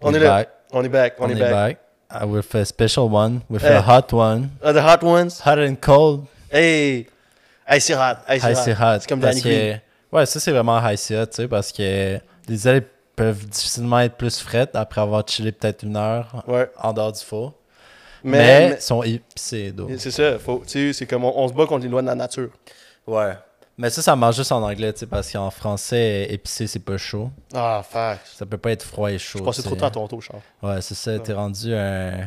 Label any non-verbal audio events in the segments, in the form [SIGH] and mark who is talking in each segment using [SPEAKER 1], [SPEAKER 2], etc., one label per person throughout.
[SPEAKER 1] On
[SPEAKER 2] We're
[SPEAKER 1] est là.
[SPEAKER 2] back.
[SPEAKER 1] On est back. On, est, back.
[SPEAKER 2] Uh, with a special one, with
[SPEAKER 1] Hey.
[SPEAKER 2] a hot one,
[SPEAKER 1] Uh, the Hot Ones.
[SPEAKER 2] hot and cold.
[SPEAKER 1] Hey! Hey, c'est hot. Hey, c'est
[SPEAKER 2] High c'est
[SPEAKER 1] hot.
[SPEAKER 2] hot.
[SPEAKER 1] C'est comme
[SPEAKER 2] parce
[SPEAKER 1] Danny Green.
[SPEAKER 2] que- Ouais, ça c'est vraiment high c'est hot, tu sais, parce que les ailes peuvent difficilement être plus frettes après avoir chillé peut-être une heure
[SPEAKER 1] Ouais.
[SPEAKER 2] en dehors du four. Mais,
[SPEAKER 1] Mais,
[SPEAKER 2] sont épicés d'eau.
[SPEAKER 1] mais- c'est ça. Faut, tu sais, c'est comme on, on se bat contre les lois de la nature.
[SPEAKER 2] Ouais. Mais ça, ça marche juste en anglais, tu sais, parce qu'en français, épicé, c'est pas chaud.
[SPEAKER 1] Ah, fuck.
[SPEAKER 2] Ça peut pas être froid et chaud.
[SPEAKER 1] Je passais
[SPEAKER 2] tu
[SPEAKER 1] trop de
[SPEAKER 2] sais.
[SPEAKER 1] temps à Toronto, Charles.
[SPEAKER 2] Ouais, c'est ça. T'es rendu un.
[SPEAKER 1] Euh,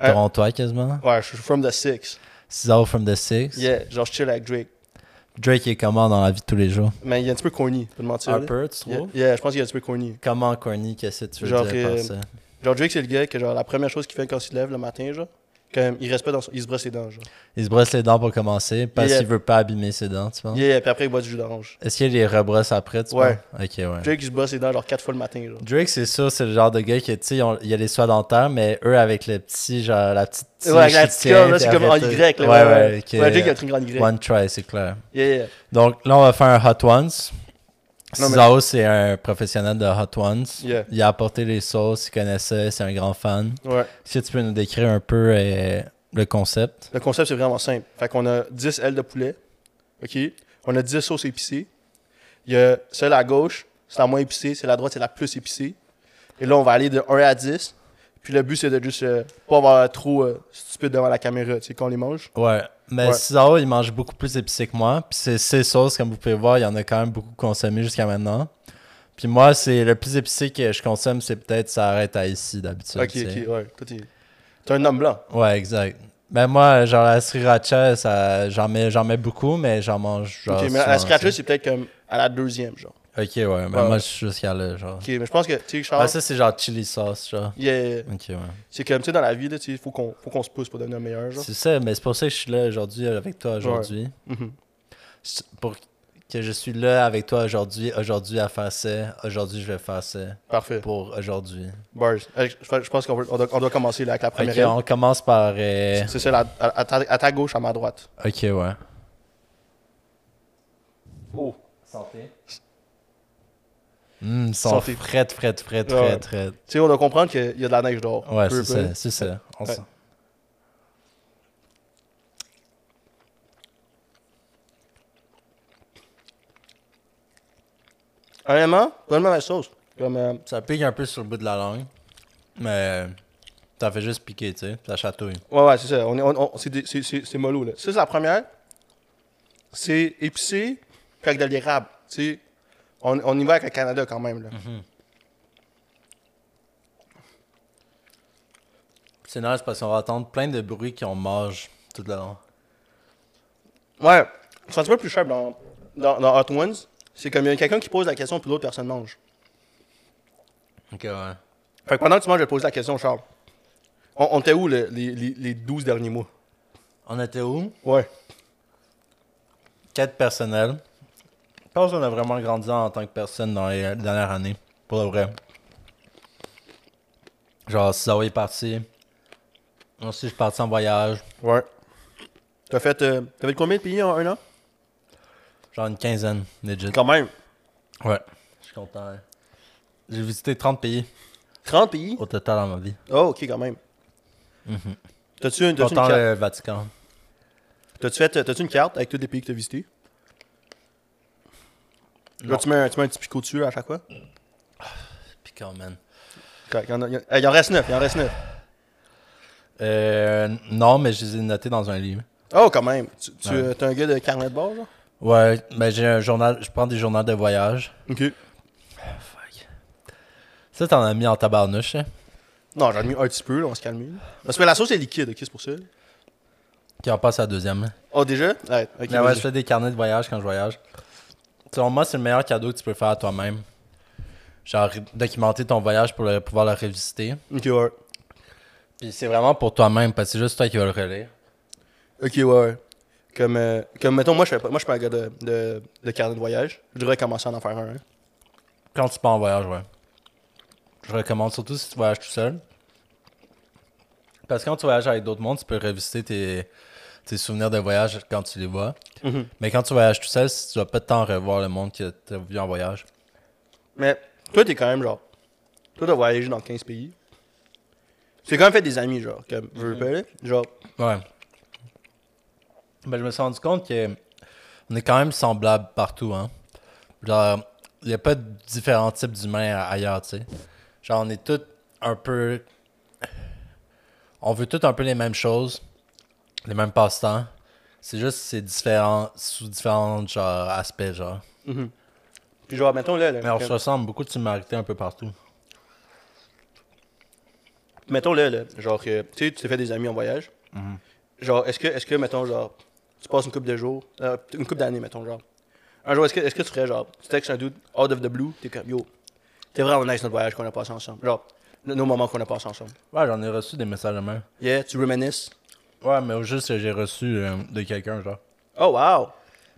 [SPEAKER 2] Torontois quasiment.
[SPEAKER 1] Ouais, je suis from the six.
[SPEAKER 2] Six hours from the six.
[SPEAKER 1] Yeah, genre je chill avec Drake.
[SPEAKER 2] Drake est comment dans la vie de tous les jours?
[SPEAKER 1] Mais il est un petit peu corny, pas de mentir.
[SPEAKER 2] Un
[SPEAKER 1] là.
[SPEAKER 2] peu, tu
[SPEAKER 1] Yeah,
[SPEAKER 2] trouves?
[SPEAKER 1] yeah, je pense qu'il est un petit peu corny.
[SPEAKER 2] Comment corny, qu'est-ce que tu veux
[SPEAKER 1] Genre,
[SPEAKER 2] dire
[SPEAKER 1] euh,
[SPEAKER 2] par ça?
[SPEAKER 1] Genre Drake, c'est le gars que genre la première chose qu'il fait quand il se lève le matin, genre, comme il respecte dans son- il se brosse les dents, genre.
[SPEAKER 2] Il se brosse les dents pour commencer parce
[SPEAKER 1] Yeah.
[SPEAKER 2] qu'il veut pas abîmer ses dents, tu penses?
[SPEAKER 1] Yeah, yeah, puis après il boit du jus d'orange.
[SPEAKER 2] Est-ce qu'il les rebrosse après, tu
[SPEAKER 1] Ouais.
[SPEAKER 2] penses? Ok, ouais. Drake,
[SPEAKER 1] Drake, il se brosse les dents genre quatre fois le matin, genre.
[SPEAKER 2] c'est sûr, c'est le genre de gars qui, tu sais, ils ont- il y a les soies dentaires, mais eux, avec le petit, genre, la petite. tige
[SPEAKER 1] Ouais, avec la
[SPEAKER 2] qui
[SPEAKER 1] petite
[SPEAKER 2] tient,
[SPEAKER 1] corne, là,
[SPEAKER 2] puis
[SPEAKER 1] c'est comme en
[SPEAKER 2] après,
[SPEAKER 1] Y,
[SPEAKER 2] t'as-
[SPEAKER 1] là, ouais,
[SPEAKER 2] ouais,
[SPEAKER 1] ouais.
[SPEAKER 2] ok.
[SPEAKER 1] Ouais, Drake, il a pris une grande Y.
[SPEAKER 2] One try, c'est clair.
[SPEAKER 1] Yeah, yeah.
[SPEAKER 2] Donc là, on va faire un Hot Ones.
[SPEAKER 1] Non, mais-
[SPEAKER 2] Cesaro, c'est un professionnel de Hot Ones.
[SPEAKER 1] Yeah.
[SPEAKER 2] Il a apporté les sauces, il connaissait, c'est un grand fan.
[SPEAKER 1] Ouais.
[SPEAKER 2] Est-ce que tu peux nous décrire un peu euh, le concept?
[SPEAKER 1] Le concept, c'est vraiment simple. Fait qu'on a 10 ailes de poulet. OK? On a 10 sauces épicées. Il y a celle à gauche, c'est la moins épicée. Celle à droite, c'est la plus épicée. Et là, on va aller de 1 à 10. Puis le but, c'est de juste euh, pas avoir trop euh, stupide devant la caméra, tu sais, quand on les mange.
[SPEAKER 2] Ouais. Mais
[SPEAKER 1] Ouais.
[SPEAKER 2] Cesaro, il mange beaucoup plus épicé que moi. Puis c'est ses sauces, comme vous pouvez voir, il y en a quand même beaucoup consommé jusqu'à maintenant. Puis moi, c'est le plus épicé que je consomme, c'est peut-être ça arrête à ici d'habitude.
[SPEAKER 1] ok,
[SPEAKER 2] tu sais.
[SPEAKER 1] ok, ouais. Toi, t'es t'es un homme blanc.
[SPEAKER 2] Ouais, exact. Ben moi, genre la sriracha, ça, j'en mets, j'en mets beaucoup, mais j'en mange genre.
[SPEAKER 1] ok, mais la
[SPEAKER 2] souvent,
[SPEAKER 1] scratcher, c'est peut-être comme à la deuxième, genre.
[SPEAKER 2] Ok, ouais, mais
[SPEAKER 1] Ouais.
[SPEAKER 2] moi, je suis jusqu'à là, genre.
[SPEAKER 1] Ok, mais je pense que, tu sais, Charles,
[SPEAKER 2] Ah, ça, c'est genre chili sauce, genre.
[SPEAKER 1] yeah,
[SPEAKER 2] Ok, ouais.
[SPEAKER 1] c'est comme, tu sais, dans la vie, là, tu sais, faut qu'on faut qu'on se pousse pour devenir meilleur, genre.
[SPEAKER 2] C'est ça, mais c'est pour ça que je suis là aujourd'hui avec toi aujourd'hui.
[SPEAKER 1] Mhm.
[SPEAKER 2] C'est Pour que je suis là avec toi aujourd'hui, aujourd'hui à faire ça, aujourd'hui je vais faire ça
[SPEAKER 1] Parfait.
[SPEAKER 2] pour aujourd'hui.
[SPEAKER 1] Bars. Euh, Je je pense qu'on va- on doit, on doit commencer là, avec la
[SPEAKER 2] Ok,
[SPEAKER 1] première aile.
[SPEAKER 2] on commence par. euh,
[SPEAKER 1] C'est celle à, à- à ta, à ta gauche, à ma droite.
[SPEAKER 2] Ok, ouais.
[SPEAKER 1] Oh.
[SPEAKER 2] Santé. Hum, sont
[SPEAKER 1] Santé.
[SPEAKER 2] frette, frette, frette,
[SPEAKER 1] Ouais, ouais.
[SPEAKER 2] frette, frette.
[SPEAKER 1] Tu sais, on doit comprendre qu'il y a de la neige dehors.
[SPEAKER 2] Ouais,
[SPEAKER 1] Peu,
[SPEAKER 2] c'est
[SPEAKER 1] peu.
[SPEAKER 2] ça, c'est ça. On
[SPEAKER 1] Ouais.
[SPEAKER 2] sent.
[SPEAKER 1] Honnêtement, pas de mauvaise sauce. Comme, euh,
[SPEAKER 2] Ça pique un peu sur le bout de la langue, mais ça fait juste piquer, tu sais, ça chatouille.
[SPEAKER 1] ouais, ouais, c'est ça. On, est- on- on- c'est, des- c'est, c'est, c'est mollo, là. Ça, c'est la première. C'est épicé, puis avec de l'érable. Tu sais, on, on y va avec le Canada quand même, là.
[SPEAKER 2] Mhm. C'est nice parce qu'on va entendre plein de bruits qu'on mange tout le long.
[SPEAKER 1] Ouais, c'est un petit peu plus cher dans, dans, dans Hot Ones. C'est comme il y a quelqu'un qui pose la question, puis l'autre personne mange.
[SPEAKER 2] Ok, ouais.
[SPEAKER 1] Fait que pendant que tu manges, je vais te poser la question, Charles. On, on était où le- les, les, les 12 derniers mois?
[SPEAKER 2] On était où?
[SPEAKER 1] Ouais.
[SPEAKER 2] Quatre personnels. Je pense qu'on a vraiment grandi en tant que personne dans les dernières années, pour le vrai. Genre, César est parti. Moi aussi, je suis parti en voyage.
[SPEAKER 1] Ouais. T'as fait, euh, t'as fait combien de pays en un an?
[SPEAKER 2] Genre une quinzaine, legit.
[SPEAKER 1] Quand même.
[SPEAKER 2] Ouais. Je suis content. hein. J'ai visité 30 pays
[SPEAKER 1] 30 pays?
[SPEAKER 2] au total dans ma vie.
[SPEAKER 1] Oh, ok, quand même. Mm-hmm. T'as-tu une, t'as-tu une
[SPEAKER 2] Content
[SPEAKER 1] carte?
[SPEAKER 2] le Vatican.
[SPEAKER 1] T'as-tu fait, t'as-tu une carte avec tous les pays que t'as visités? Là, tu mets, un- tu mets un petit picot dessus à chaque fois?
[SPEAKER 2] Piquant, man.
[SPEAKER 1] Correct, Il y, en a- il y en- eh, il en reste 9, il en reste 9.
[SPEAKER 2] Euh, non, mais je les ai notés dans un livre.
[SPEAKER 1] Oh, quand même. Tu, tu,
[SPEAKER 2] Ouais.
[SPEAKER 1] euh, t'es un gars de carnet de bord, genre?
[SPEAKER 2] Ouais, mais j'ai un journal, je prends des journaux de voyage.
[SPEAKER 1] Ok.
[SPEAKER 2] Ça, t'en as mis en tabarnouche, hein?
[SPEAKER 1] Non, j'en ai mis un petit peu, là, on se calme. Parce que la sauce est liquide, ok, c'est pour ça.
[SPEAKER 2] Qui en passe à la deuxième. hein.
[SPEAKER 1] Oh, déjà? Ouais, ok.
[SPEAKER 2] Mais Ah ouais,
[SPEAKER 1] vas-y.
[SPEAKER 2] je fais des carnets de voyage quand je voyage. Selon moi, c'est le meilleur cadeau que tu peux faire à toi-même. Genre, ré- documenter ton voyage pour le- pouvoir le revisiter.
[SPEAKER 1] Ok, ouais.
[SPEAKER 2] Puis c'est vraiment pour toi-même, parce que c'est juste toi qui vas le relire.
[SPEAKER 1] Ok, ouais, ouais. Comme, euh, comme mettons, moi, je fais pas- moi, je suis pas un gars de, de, de carnet de voyage. Je devrais commencer à en faire un. hein.
[SPEAKER 2] Quand tu pars en voyage, ouais. Je recommande surtout si tu voyages tout seul. Parce que quand tu voyages avec d'autres mondes, tu peux revisiter tes, tes souvenirs de voyage quand tu les vois.
[SPEAKER 1] Mhm.
[SPEAKER 2] Mais quand tu voyages tout seul, tu vas pas tant revoir le monde que tu as vu en voyage.
[SPEAKER 1] Mais toi, t'es quand même genre. Toi, t'as voyagé dans 15 pays. C'est quand même fait des amis, genre, comme, je
[SPEAKER 2] Mhm.
[SPEAKER 1] veux pas, là. Genre,
[SPEAKER 2] Ouais. Ben, je me suis rendu compte que on est quand même semblables partout, hein. Genre, il n'y a pas de différents types d'humains a- ailleurs, tu sais. Genre, on est tous un peu. On veut tous un peu les mêmes choses, les mêmes passe-temps. C'est juste, c'est différent, sous différents genre, aspects, genre.
[SPEAKER 1] puis genre, mettons, là, là,
[SPEAKER 2] Mais on se
[SPEAKER 1] comme-
[SPEAKER 2] ressemble beaucoup de similarités un peu partout.
[SPEAKER 1] mettons, là, là, genre, que, tu sais, tu t'es fait des amis en voyage.
[SPEAKER 2] Mhm.
[SPEAKER 1] Genre, est-ce que, est-ce que, mettons, genre, tu passes une couple de jours, euh, une couple d'années, mettons, genre. Un jour, est-ce que, est-ce que tu ferais, genre, tu textes un dude out of the blue, t'es comme, yo, t'es vraiment nice notre voyage qu'on a passé ensemble. Genre, nos nos moments qu'on a passé ensemble.
[SPEAKER 2] Ouais, j'en ai reçu des messages de même.
[SPEAKER 1] Yeah, tu reminisces.
[SPEAKER 2] Ouais, mais au juste que j'ai reçu euh, de quelqu'un, genre.
[SPEAKER 1] Oh, wow!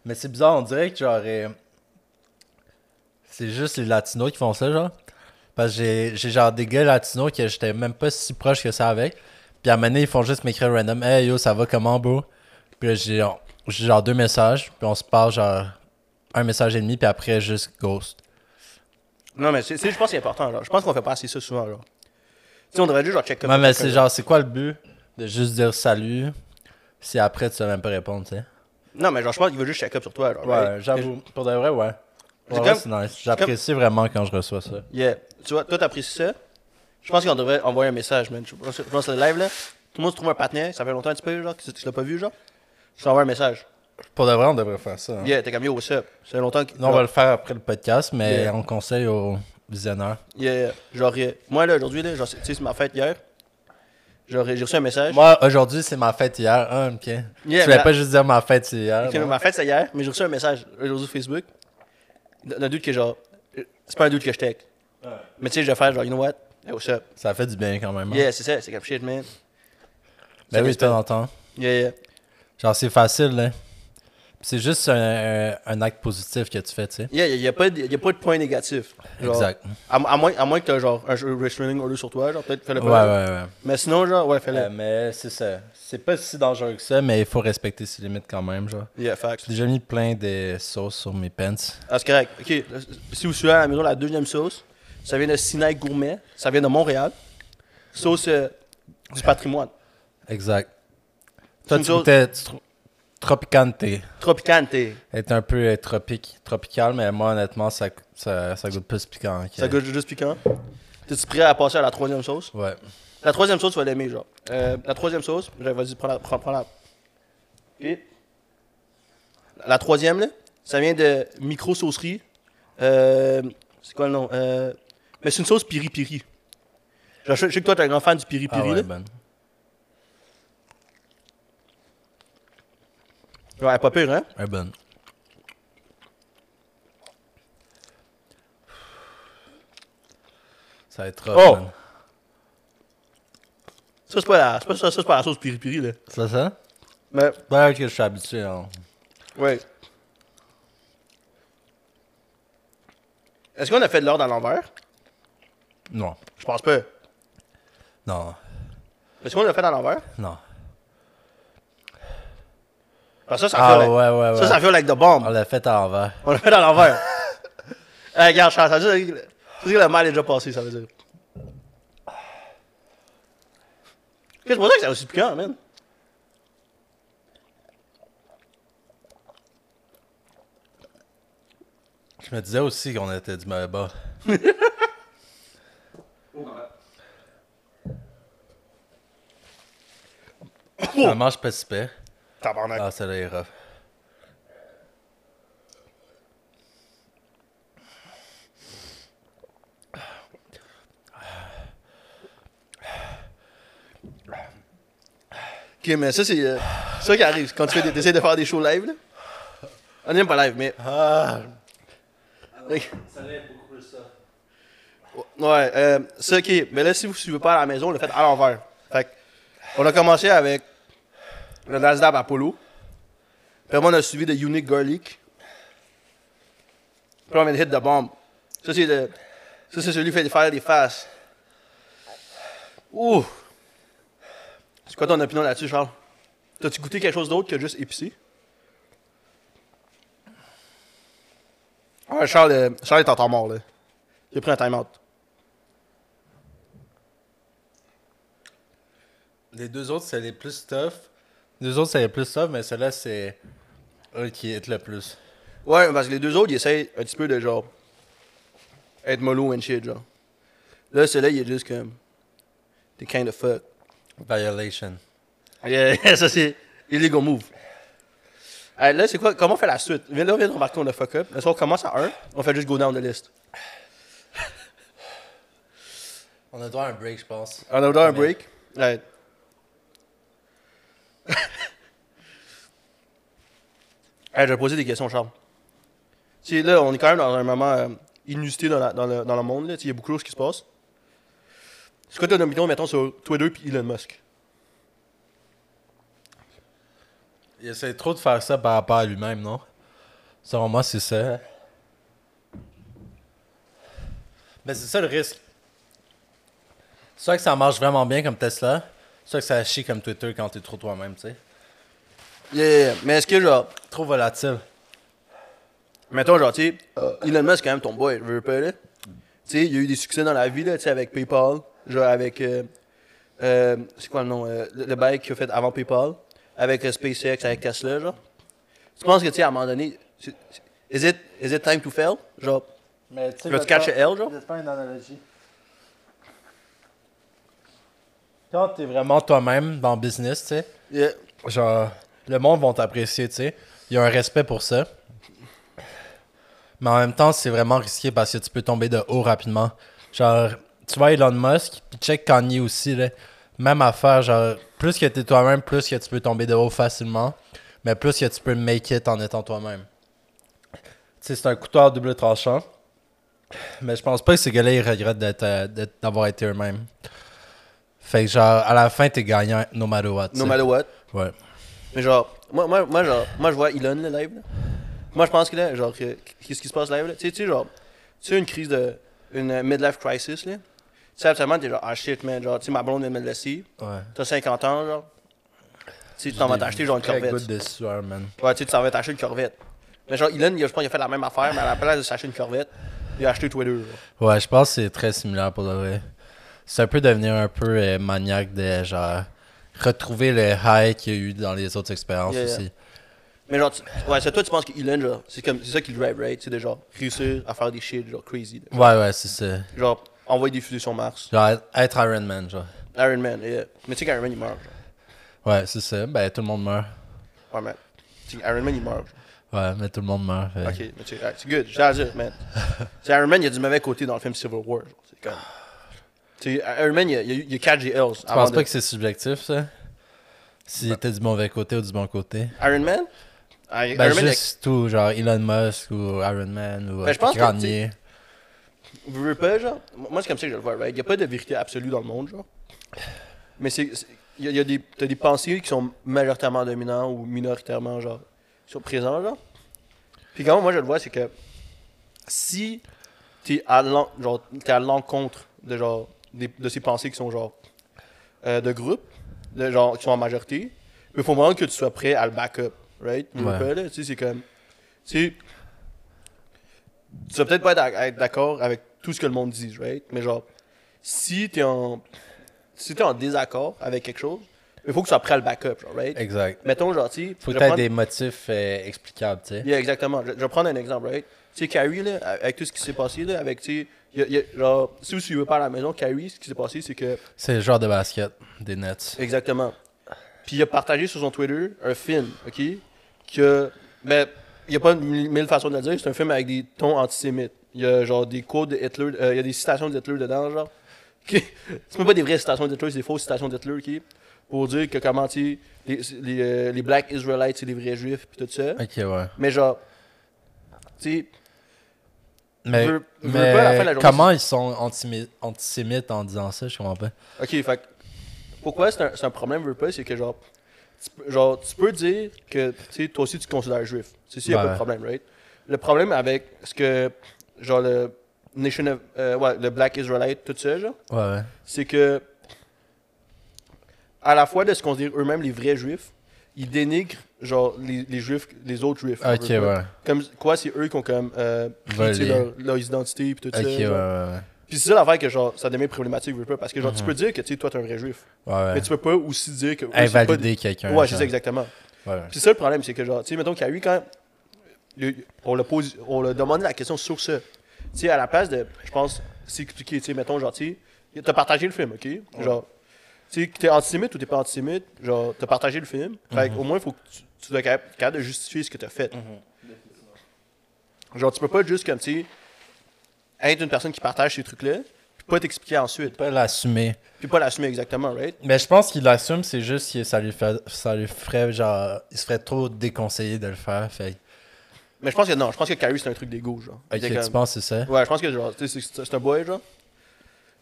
[SPEAKER 2] Mais c'est bizarre, on dirait que genre. euh, C'est juste les latinos qui font ça, genre. Parce que j'ai- j'ai genre des gars latinos que j'étais même pas si proche que ça avec. Puis à un moment donné, ils font juste m'écrire random Hey yo, ça va comment, bro? Puis là, j'ai on- j'ai genre deux messages, puis on se parle genre un message et demi, puis après juste ghost.
[SPEAKER 1] Non, mais c'est, c'est- je pense que c'est important, genre. Je pense qu'on fait pas assez ça souvent, genre. Tu sais, on devrait juste, genre, check up.
[SPEAKER 2] Ouais, mais c'est genre, c'est quoi le but de juste dire salut si après tu sais même pas répondre, tu sais?
[SPEAKER 1] Non, mais genre, je pense qu'il veut juste check up sur toi, genre.
[SPEAKER 2] Ouais,
[SPEAKER 1] right?
[SPEAKER 2] j'avoue. Pour de vrai, ouais.
[SPEAKER 1] C'est
[SPEAKER 2] Ouais,
[SPEAKER 1] comme-
[SPEAKER 2] c'est nice. J'apprécie vraiment quand je reçois ça.
[SPEAKER 1] Yeah. Tu vois, toi, t'apprécies ça. Je pense qu'on devrait envoyer un message, man. Je pense, je pense que le live, là, tout le monde se trouve un partenaire. Ça fait longtemps que tu peux, genre, que tu, tu l'as pas vu, genre. Tu t'envoies un message.
[SPEAKER 2] Pour de vrai, on devrait faire ça. hein.
[SPEAKER 1] Yeah, t'es comme yo, what's up? Ça fait longtemps que.
[SPEAKER 2] Non, on va le faire après le podcast, mais
[SPEAKER 1] Yeah.
[SPEAKER 2] on conseille aux visionneurs.
[SPEAKER 1] Yeah, yeah. Genre, euh, moi, là, aujourd'hui, là, genre, c'est- tu sais, c'est ma fête hier. Genre, j'ai reçu un message.
[SPEAKER 2] Moi, aujourd'hui, c'est ma fête hier. Ah, ok. tu voulais
[SPEAKER 1] mais-
[SPEAKER 2] pas juste dire ma fête, c'est hier.
[SPEAKER 1] Ok,
[SPEAKER 2] non?
[SPEAKER 1] mais ma fête, c'est hier, mais j'ai reçu un message aujourd'hui sur Facebook d'un d'un dude qui est genre. C'est pas un dude que je tech. Mais tu sais, je vais faire genre, you know what? Hey, what's up?
[SPEAKER 2] Ça fait du bien quand même. hein.
[SPEAKER 1] Yeah, c'est ça, c'est comme shit, man.
[SPEAKER 2] ben oui, de
[SPEAKER 1] respect.
[SPEAKER 2] temps en temps.
[SPEAKER 1] Yeah, yeah.
[SPEAKER 2] Genre, c'est facile, là. Puis C'est juste un, un- un acte positif que tu fais, tu sais.
[SPEAKER 1] Yeah, y a, y a pas de, y a pas de point négatif. Genre,
[SPEAKER 2] Exact.
[SPEAKER 1] À, à moins, à moins que t'aies genre un jeu restraining order sur toi, genre, peut-être fais-le
[SPEAKER 2] Ouais,
[SPEAKER 1] pas.
[SPEAKER 2] ouais, ouais.
[SPEAKER 1] Mais sinon, genre, ouais, fais-le.
[SPEAKER 2] Euh, mais c'est ça. C'est pas si dangereux que ça, mais il faut respecter ses limites quand même, genre.
[SPEAKER 1] Yeah, facts.
[SPEAKER 2] J'ai déjà mis plein de sauces sur mes pants.
[SPEAKER 1] Ah, c'est correct. Ok, euh, si vous suivez à la maison la deuxième sauce, ça vient de Sinaï Gourmet, ça vient de Montréal. Sauce euh, du patrimoine.
[SPEAKER 2] Exact. Toi,
[SPEAKER 1] Une
[SPEAKER 2] tu
[SPEAKER 1] sauce-
[SPEAKER 2] goûtais tu trou- Tropicante.
[SPEAKER 1] Tropicante.
[SPEAKER 2] est un peu euh, tropique, tropical, mais moi, honnêtement, ça, ça, ça goûte plus piquant. que-
[SPEAKER 1] Ça goûte juste piquant. T'es-tu prêt à passer à la troisième sauce?
[SPEAKER 2] Ouais.
[SPEAKER 1] La troisième sauce, tu vas l'aimer, genre. Euh, la troisième sauce, je- vas-y, prends la. Prends, prends la. Ok. La troisième, là, ça vient de Micro Saucerie. Euh, c'est quoi le nom? Euh, mais c'est une sauce piri-piri. Genre, je, je sais que toi, t'es un grand fan du
[SPEAKER 2] Ah
[SPEAKER 1] piri-piri.
[SPEAKER 2] ouais,
[SPEAKER 1] là.
[SPEAKER 2] bonne. ben.
[SPEAKER 1] Ouais, pas pire, hein?
[SPEAKER 2] Ouais, bonne. Ça va être trop.
[SPEAKER 1] Oh!
[SPEAKER 2] bonne.
[SPEAKER 1] Ça, c'est pas la, c'est pas, ça, ça, c'est pas la sauce piri-piri, là.
[SPEAKER 2] C'est ça?
[SPEAKER 1] Mais,
[SPEAKER 2] Ouais, que je suis habitué. hein.
[SPEAKER 1] ouais. Est-ce qu'on a fait de l'ordre à l'envers?
[SPEAKER 2] Non.
[SPEAKER 1] Je pense pas.
[SPEAKER 2] Non.
[SPEAKER 1] Est-ce qu'on l'a fait à l'envers?
[SPEAKER 2] Non.
[SPEAKER 1] Parce que ça, ça
[SPEAKER 2] Ah
[SPEAKER 1] fait
[SPEAKER 2] ouais, ouais, ouais. Ah.
[SPEAKER 1] Ça, ça fait like the bomb.
[SPEAKER 2] On l'a fait à l'envers.
[SPEAKER 1] On l'a fait à l'envers. [LAUGHS] Eh, regarde, Charles, ça veut dire que- ça veut dire que le mal est déjà passé, ça veut dire.
[SPEAKER 2] Ah.
[SPEAKER 1] Qu'est-ce pour ça que c'est aussi piquant, man?
[SPEAKER 2] Je me disais aussi qu'on était du mauvais bord. Ça mange pas si pire.
[SPEAKER 1] Tabarnak.
[SPEAKER 2] Ah, celle-là est rough.
[SPEAKER 1] Ok, mais ça, c'est euh, ça qui arrive quand tu fais des- essaies de faire des shows live, là. On n'aime pas live, mais. Ah, Ok.
[SPEAKER 2] Celle-là est beaucoup plus ça.
[SPEAKER 1] Ouais, euh, ça, ok. Mais là, si vous suivez pas à la maison, on l'a fait à l'envers. Fait que, on a commencé avec le Nasdaq Apollo. Puis moi, on a suivi de Unique Garlic. Puis on vient de hit de bombe. Ça, c'est le- ça, c'est celui qui fait faire des faces. Ouh! C'est quoi ton opinion là-dessus, Charles? T'as-tu goûté quelque chose d'autre que juste épicé? Ouais, Charles, euh, Charles est en temps mort, là. Il a pris un time-out.
[SPEAKER 2] Les deux autres, c'est les plus tough. Les deux autres, c'est les plus tough, mais celle-là, c'est elle qui est le plus.
[SPEAKER 1] Ouais, parce que les deux autres, ils essayent un petit peu de genre. être mollo and shit, genre. Là, celui-là, il est juste comme. T'es kind of fuck.
[SPEAKER 2] Violation.
[SPEAKER 1] Yeah, [LAUGHS] ça, c'est illegal move. Hey, là, c'est quoi Comment on fait la suite Viens là, viens de remarquer, on a fuck up. Là, si on commence à 1, on fait juste go down the list.
[SPEAKER 2] On a droit à un break, je pense.
[SPEAKER 1] On a un break. Ouais. [LAUGHS] hey, je vais poser des questions, Charles. Tu sais, là, on est quand même dans un moment euh, inusité dans, la- dans le, dans le monde. là. Tu sais, Il y a beaucoup de choses qui se passent. C'est quoi ton opinion, mettons, sur Twitter puis Elon Musk?
[SPEAKER 2] Il essaie trop de faire ça par rapport à lui-même, non? Selon moi, c'est ça. Mais c'est ça le risque. Soit que ça marche vraiment bien comme Tesla, soit que ça chie comme Twitter quand t'es trop toi-même, tu sais.
[SPEAKER 1] Yeah, mais est-ce que, genre,
[SPEAKER 2] Trop volatile.
[SPEAKER 1] mettons, genre, tu sais, Elon Musk, c'est quand même ton boy, je veux pas, là. Tu sais, il y a eu des succès dans la vie, là, tu sais, avec PayPal, genre, avec. euh, euh, c'est quoi le nom euh, Le, le bail qu'il a fait avant PayPal, avec euh, SpaceX, avec Tesla, genre. Tu penses que, tu sais, à un moment donné, c'est- c'est- is it, is it time to fail Genre,
[SPEAKER 2] Mais tu
[SPEAKER 1] je vais te catcher elle, genre
[SPEAKER 2] pas une analogie. Quand t'es vraiment toi-même dans le business, tu sais,
[SPEAKER 1] Yeah.
[SPEAKER 2] genre, le monde vont t'apprécier, tu sais. Il y a un respect pour ça. Mais en même temps, c'est vraiment risqué parce que tu peux tomber de haut rapidement. Genre, tu vois Elon Musk, puis check Kanye aussi, là. Même affaire, genre, plus que t'es toi-même, plus que tu peux tomber de haut facilement, mais plus que tu peux make it en étant toi-même. Tu sais, c'est un couteau à double tranchant. Mais je pense pas que ces gars-là, ils regrettent d'être, euh, d'être- d'avoir été eux-mêmes. Fait que, genre, à la fin, t'es gagnant, no matter what. tu
[SPEAKER 1] No
[SPEAKER 2] sais.
[SPEAKER 1] matter what.
[SPEAKER 2] Ouais.
[SPEAKER 1] Mais genre, moi, moi, moi, genre, moi je vois Elon le live. là. Moi je pense que là, genre, que- qu'est-ce qui se passe live là? Tu sais, tu sais, genre, tu sais, une crise de. une euh, midlife crisis là. Tu sais, absolument, t'es genre, ah shit man, genre, tu sais, ma blonde vient de me laisser.
[SPEAKER 2] Ouais.
[SPEAKER 1] T'as 50 ans, genre. Tu sais, tu t'en vas t'acheter genre une
[SPEAKER 2] Très good
[SPEAKER 1] corvette.
[SPEAKER 2] de sueur, man.
[SPEAKER 1] Ouais, tu sais, tu t'en vas t'acheter une corvette. Mais genre, Elon, il a- je pense qu'il a fait la même affaire, mais à la place de s'acheter une corvette, il a acheté Twitter. genre.
[SPEAKER 2] Ouais, je pense que c'est très similaire pour le vrai. C'est un peu devenir un peu euh, maniaque de genre retrouver le high qu'il y a eu dans les autres expériences
[SPEAKER 1] Yeah, yeah.
[SPEAKER 2] aussi.
[SPEAKER 1] Mais genre, tu- ouais, c'est toi, tu penses que Elon, genre, c'est comme, c'est ça qui le drive, right? Tu sais, de genre, réussir à faire des shit, genre, crazy. là.
[SPEAKER 2] Ouais, ouais, c'est ça.
[SPEAKER 1] Genre, envoyer des fusées sur Mars.
[SPEAKER 2] Genre être Iron Man, genre.
[SPEAKER 1] Iron Man, yeah. Mais tu sais qu'Iron Man, il meurt. genre.
[SPEAKER 2] Ouais, c'est ça. Ben, tout le monde meurt.
[SPEAKER 1] Ouais, man. Tu sais, Iron Man, il meurt.
[SPEAKER 2] Ouais, mais tout le monde meurt. fait.
[SPEAKER 1] Ok, mais tu sais, c'est good. J'ai à dire,
[SPEAKER 2] [LAUGHS]
[SPEAKER 1] man. Tu sais, Iron Man, il y a du mauvais côté dans le film Civil War. genre. C'est comme. Tu sais, Iron Man, il y a, il y a eu- il y a 4 GLs.
[SPEAKER 2] Tu penses pas que c'est subjectif, ça? S'il
[SPEAKER 1] Ben.
[SPEAKER 2] était du mauvais côté ou du bon côté?
[SPEAKER 1] Iron Man Ah, I-
[SPEAKER 2] Ben,
[SPEAKER 1] Iron Man,
[SPEAKER 2] juste tout, genre Elon Musk ou Iron Man ou
[SPEAKER 1] Ben, je pense que,
[SPEAKER 2] Granier.
[SPEAKER 1] il- vous voulez pas, genre. Moi, c'est comme ça que je le vois, right? Il n'y a pas de vérité absolue dans le monde, genre. Mais c'est. c'est- Il y a, il y a des. T'as des pensées qui sont majoritairement dominantes ou minoritairement, genre. qui sont présentes, genre. Puis comment moi, je le vois, c'est que. Si t'es à l'en- genre, t'es à l'encontre de genre des- de ces pensées qui sont genre euh, de groupe, de genre qui sont en majorité, il faut vraiment que tu sois prêt à le backup, right? Tu veux
[SPEAKER 2] Ouais.
[SPEAKER 1] pas, là, tu sais, c'est comme tu sais, tu vas peut-être pas être à- être d'accord avec tout ce que le monde dit, right? Mais genre si t'es en si t'es en désaccord avec quelque chose, il faut que tu sois prêt à le backup, genre, right?
[SPEAKER 2] Exact.
[SPEAKER 1] Mettons genre tu sais,
[SPEAKER 2] Faut
[SPEAKER 1] je
[SPEAKER 2] que t'aies
[SPEAKER 1] prends-
[SPEAKER 2] des motifs euh, explicables, tu sais.
[SPEAKER 1] Yeah, exactement. Je, je vais prendre un exemple, right? Tu sais, Carrie, là, avec tout ce qui s'est passé, là, avec, tu sais, il y a- il y a- genre, si vous suivez pas à la maison, Carrie, ce qui s'est passé, c'est que,
[SPEAKER 2] C'est le genre de basket des Nets.
[SPEAKER 1] exactement. Puis il a partagé sur son Twitter un film, OK? Que, mais il n'y a pas mille mille façons de le dire, c'est un film avec des tons antisémites. Il y a, genre, des quotes de Hitler, euh, il y a des citations d'Hitler dedans, genre. [LAUGHS] OK? C'est même pas des vraies citations d'Hitler, c'est des fausses citations d'Hitler, OK? Pour dire que comment, tu sais, les, les, euh, les Black Israelites, c'est des vrais Juifs, puis tout ça.
[SPEAKER 2] Ok, ouais.
[SPEAKER 1] Mais genre, tu sais,
[SPEAKER 2] Mais,
[SPEAKER 1] veux- veux
[SPEAKER 2] mais
[SPEAKER 1] pas, à la fin de la journée,
[SPEAKER 2] comment ils sont antimi- antisémites en disant ça, je comprends pas.
[SPEAKER 1] Ok, fait que pourquoi c'est un, c'est un problème, veux pas, c'est que genre tu, peux- genre, tu peux dire que tu sais, toi aussi tu te considères juif. C'est ça, y a
[SPEAKER 2] Ouais.
[SPEAKER 1] pas de problème, right? Le problème avec ce que, genre, le Nation of, euh, ouais, le Black Israelite, tout ça, genre,
[SPEAKER 2] Ouais, ouais.
[SPEAKER 1] c'est que à la fois de se considérer eux-mêmes les vrais juifs, ils dénigrent, genre, les, les juifs, les autres juifs.
[SPEAKER 2] Ok,
[SPEAKER 1] veux pas.
[SPEAKER 2] ouais.
[SPEAKER 1] Comme quoi, c'est eux qui ont comme euh, pris, tu sais,
[SPEAKER 2] Volé.
[SPEAKER 1] leur, leur identité, puis tout
[SPEAKER 2] Ok,
[SPEAKER 1] ça.
[SPEAKER 2] ouais, ouais,
[SPEAKER 1] genre.
[SPEAKER 2] ouais.
[SPEAKER 1] Puis c'est ça l'affaire que genre, ça devient problématique, veux pas, parce que genre,
[SPEAKER 2] Mm-hmm.
[SPEAKER 1] tu peux dire que tu sais, toi, t'es un vrai juif.
[SPEAKER 2] Ouais, ouais.
[SPEAKER 1] Mais tu peux pas aussi dire que. eux, c'est pas
[SPEAKER 2] Invalider
[SPEAKER 1] des-
[SPEAKER 2] quelqu'un.
[SPEAKER 1] Ouais, c'est
[SPEAKER 2] genre.
[SPEAKER 1] ça, exactement.
[SPEAKER 2] Ouais, ouais.
[SPEAKER 1] Puis ça, le problème, c'est que genre, tu sais, mettons qu'il y a eu quand. le- on l'a pose- on l'a demandé la question sur ça. Tu sais, à la place de, je pense, s'expliquer, tu sais, mettons, genre, tu sais, t'as partagé le film, ok? Genre, tu sais, que t'es antisémite ou t'es pas antisémite, genre, t'as partagé le film.
[SPEAKER 2] Mhm.
[SPEAKER 1] Fait qu'au moins, il faut que tu, tu sois capable, capable de justifier ce que t'as fait. Genre, tu peux pas juste, comme, tu sais, être une personne qui partage ces trucs-là, puis pas t'expliquer ensuite,
[SPEAKER 2] Pas l'assumer.
[SPEAKER 1] puis pas l'assumer exactement, right?
[SPEAKER 2] Mais je pense qu'il l'assume, c'est juste que ça lui, fait, ça lui ferait genre. Il se ferait trop déconseiller de le faire. Fait
[SPEAKER 1] Mais je pense que non, je pense que Kyrie, c'est un truc d'égo, genre.
[SPEAKER 2] que-
[SPEAKER 1] Il était
[SPEAKER 2] Ok, tu
[SPEAKER 1] comme-
[SPEAKER 2] penses que c'est ça?
[SPEAKER 1] Ouais, je pense que genre, tu sais, c'est c'est un boy, genre.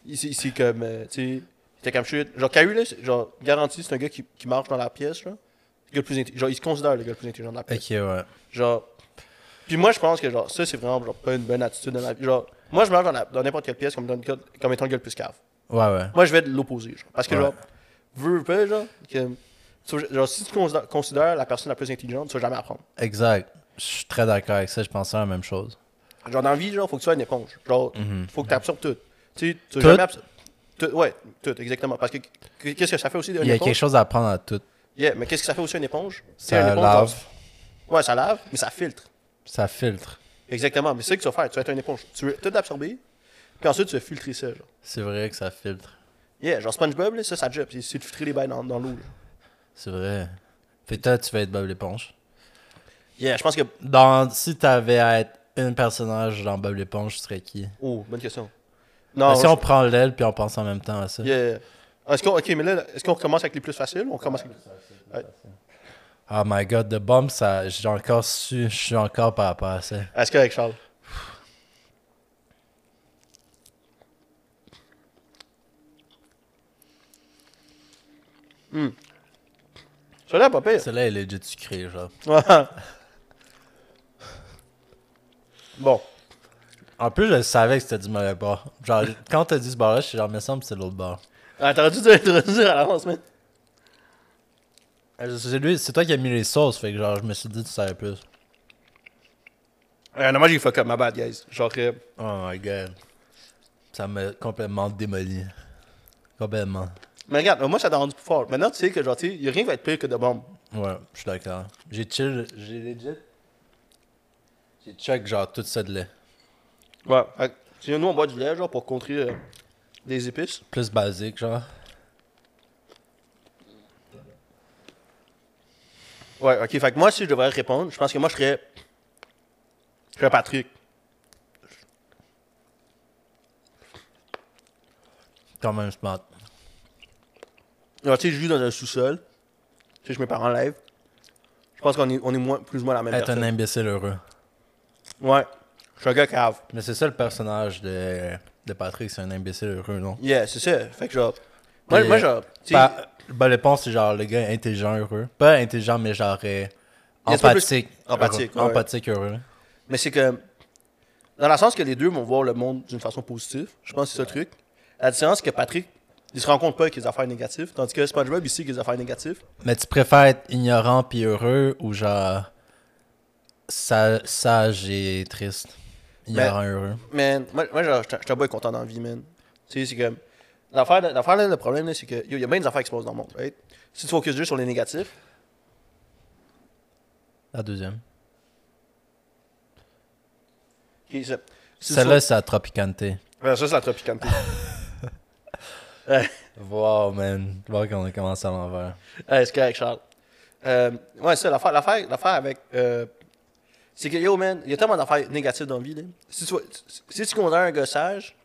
[SPEAKER 1] Il c'est- c'est comme, euh, tu sais, c'était comme shit. Genre, K.U. là, c'est- genre, garanti, c'est un gars qui, qui marche dans la pièce, genre. Le gars le plus inté- genre, il se considère le gars le plus intelligent de la pièce.
[SPEAKER 2] Ok, ouais.
[SPEAKER 1] Genre. Puis moi, je pense que genre, ça, c'est vraiment genre, pas une bonne attitude dans la vie. Genre, moi, je marche dans la- dans n'importe quelle pièce comme, dans le gars- comme étant le gars le plus cave.
[SPEAKER 2] Ouais, ouais.
[SPEAKER 1] Moi, je vais de l'opposé, genre. Parce que
[SPEAKER 2] Ouais.
[SPEAKER 1] genre, veux, veux pas, genre, que- tu- genre, si tu considères, considères la personne la plus intelligente, tu vas jamais apprendre.
[SPEAKER 2] Exact. Je suis très d'accord avec ça, je pensais à la même chose.
[SPEAKER 1] Genre, dans la vie, genre, faut que tu sois une éponge. Genre, faut que tu absorbes tout. Tu sais, tu vas
[SPEAKER 2] Mhm. Tout?
[SPEAKER 1] jamais absor- tout, ouais, tout, exactement. Parce que qu- qu'est-ce que ça fait aussi une
[SPEAKER 2] Il y a
[SPEAKER 1] éponge?
[SPEAKER 2] quelque chose à apprendre à tout.
[SPEAKER 1] Yeah, mais qu'est-ce que ça fait aussi une éponge? C'est
[SPEAKER 2] Ça
[SPEAKER 1] une éponge,
[SPEAKER 2] lave,
[SPEAKER 1] genre- ouais, ça lave, mais ça filtre.
[SPEAKER 2] ça filtre.
[SPEAKER 1] Exactement. Mais c'est ce que tu vas faire. Tu vas être une éponge. Tu veux tout absorber, puis ensuite, tu vas filtrer ça. Genre.
[SPEAKER 2] C'est vrai que ça filtre.
[SPEAKER 1] Yeah, genre SpongeBob, là, ça, ça job. C'est c'est de filtrer les bails dans, dans l'eau. là.
[SPEAKER 2] C'est vrai. Fait que toi, tu vas être Bob l'éponge.
[SPEAKER 1] Yeah, je pense que.
[SPEAKER 2] Dans, si t'avais à être un personnage dans Bob l'éponge, tu serais qui
[SPEAKER 1] Oh, bonne question. Non,
[SPEAKER 2] Ben, Si on prend l'aile puis on pense en même temps à ça.
[SPEAKER 1] je- Ah, yeah. Est-ce qu'on, ok, mais là, est-ce qu'on commence avec les plus faciles ou on commence avec.
[SPEAKER 2] Oh my god, The Bomb, ça, j'ai encore su, je suis encore par rapport à ça.
[SPEAKER 1] Est-ce qu'avec Charles? Hmm. Celui-là, pas pire.
[SPEAKER 2] Celle-là, elle est legit sucrée, genre.
[SPEAKER 1] [LAUGHS] bon.
[SPEAKER 2] En plus, je savais que c'était du mauvais bord. Genre, quand t'as dit ce bord-là, je suis genre, me semble que c'est l'autre bord.
[SPEAKER 1] Ah, T'aurais dû te l'introduire à l'avance, man.
[SPEAKER 2] Euh, C'est lui- c'est toi qui as mis les sauces, fait que genre, je me suis dit, tu savais plus.
[SPEAKER 1] Euh, non, moi, j'ai fuck up, ma bad, guys. Genre, euh,
[SPEAKER 2] Oh my god. Ça m'a complètement démoli. Complètement.
[SPEAKER 1] mais regarde, moi, ça t'a rendu plus fort. Maintenant, tu sais que, genre, tu sais, y a rien qui va être pire que de bombes.
[SPEAKER 2] Ouais, je suis d'accord. J'ai chill, j'ai legit. J'ai check genre tout ça de lait.
[SPEAKER 1] Ouais. Fait que, tu sais, nous, on boit du lait, genre, pour contrer euh, des épices.
[SPEAKER 2] Plus basique, genre.
[SPEAKER 1] Ouais, ok. Fait que moi, si je devrais répondre, je pense que moi, je serais. Je serais Patrick.
[SPEAKER 2] Quand même smart.
[SPEAKER 1] Alors, tu sais, je vis dans un sous-sol. Tu sais, je me parents en live. Je pense qu'on est, on est moins, plus ou moins la même
[SPEAKER 2] Être un
[SPEAKER 1] personne.
[SPEAKER 2] imbécile heureux.
[SPEAKER 1] Ouais. Je suis un gars cave.
[SPEAKER 2] Mais c'est ça le personnage de, de Patrick, c'est un imbécile heureux, non?
[SPEAKER 1] Yeah, c'est ça. Fait que genre. Moi,
[SPEAKER 2] Et-
[SPEAKER 1] moi genre. tu sais,
[SPEAKER 2] Bah, bah, le pont, c'est genre le gars intelligent heureux. Pas intelligent, mais genre euh,
[SPEAKER 1] Laisse pas plus-
[SPEAKER 2] empathique.
[SPEAKER 1] Empathique,
[SPEAKER 2] heureux.
[SPEAKER 1] ouais.
[SPEAKER 2] Empathique heureux.
[SPEAKER 1] Mais c'est que. Dans le sens que les deux vont voir le monde d'une façon positive. Je pense que c'est ça le truc. La différence, c'est que Patrick, il se rend compte pas avec les affaires négatives. Tandis que SpongeBob, il sait qu'il y a des affaires négatives.
[SPEAKER 2] Mais tu préfères être ignorant puis heureux ou genre sa- sage et triste?
[SPEAKER 1] Ben,
[SPEAKER 2] Ignorant heureux.
[SPEAKER 1] Man, moi, moi genre, je suis un boy content dans la vie, man. Tu sais, c'est comme. L'affaire, de- l'affaire, là, le problème, là, c'est que. yo, Il y a bien des affaires qui se passent dans le monde, right? Si tu focuses juste sur les négatifs,
[SPEAKER 2] La deuxième.
[SPEAKER 1] ok, c'est- si tu
[SPEAKER 2] Celle-là, c'est la Tropicante.
[SPEAKER 1] Ouais, ça, c'est la tropicante.
[SPEAKER 2] Wow, man. Tu vois qu'on a commencé à l'envers.
[SPEAKER 1] ouais, c'est correct, Charles. Euh, ouais, c'est ça, l'affaire, l'affaire, l'affaire avec. euh, c'est que, yo, man, il y a tellement d'affaires négatives dans la vie. Là. Si, tu, si tu condamnes un gars sage,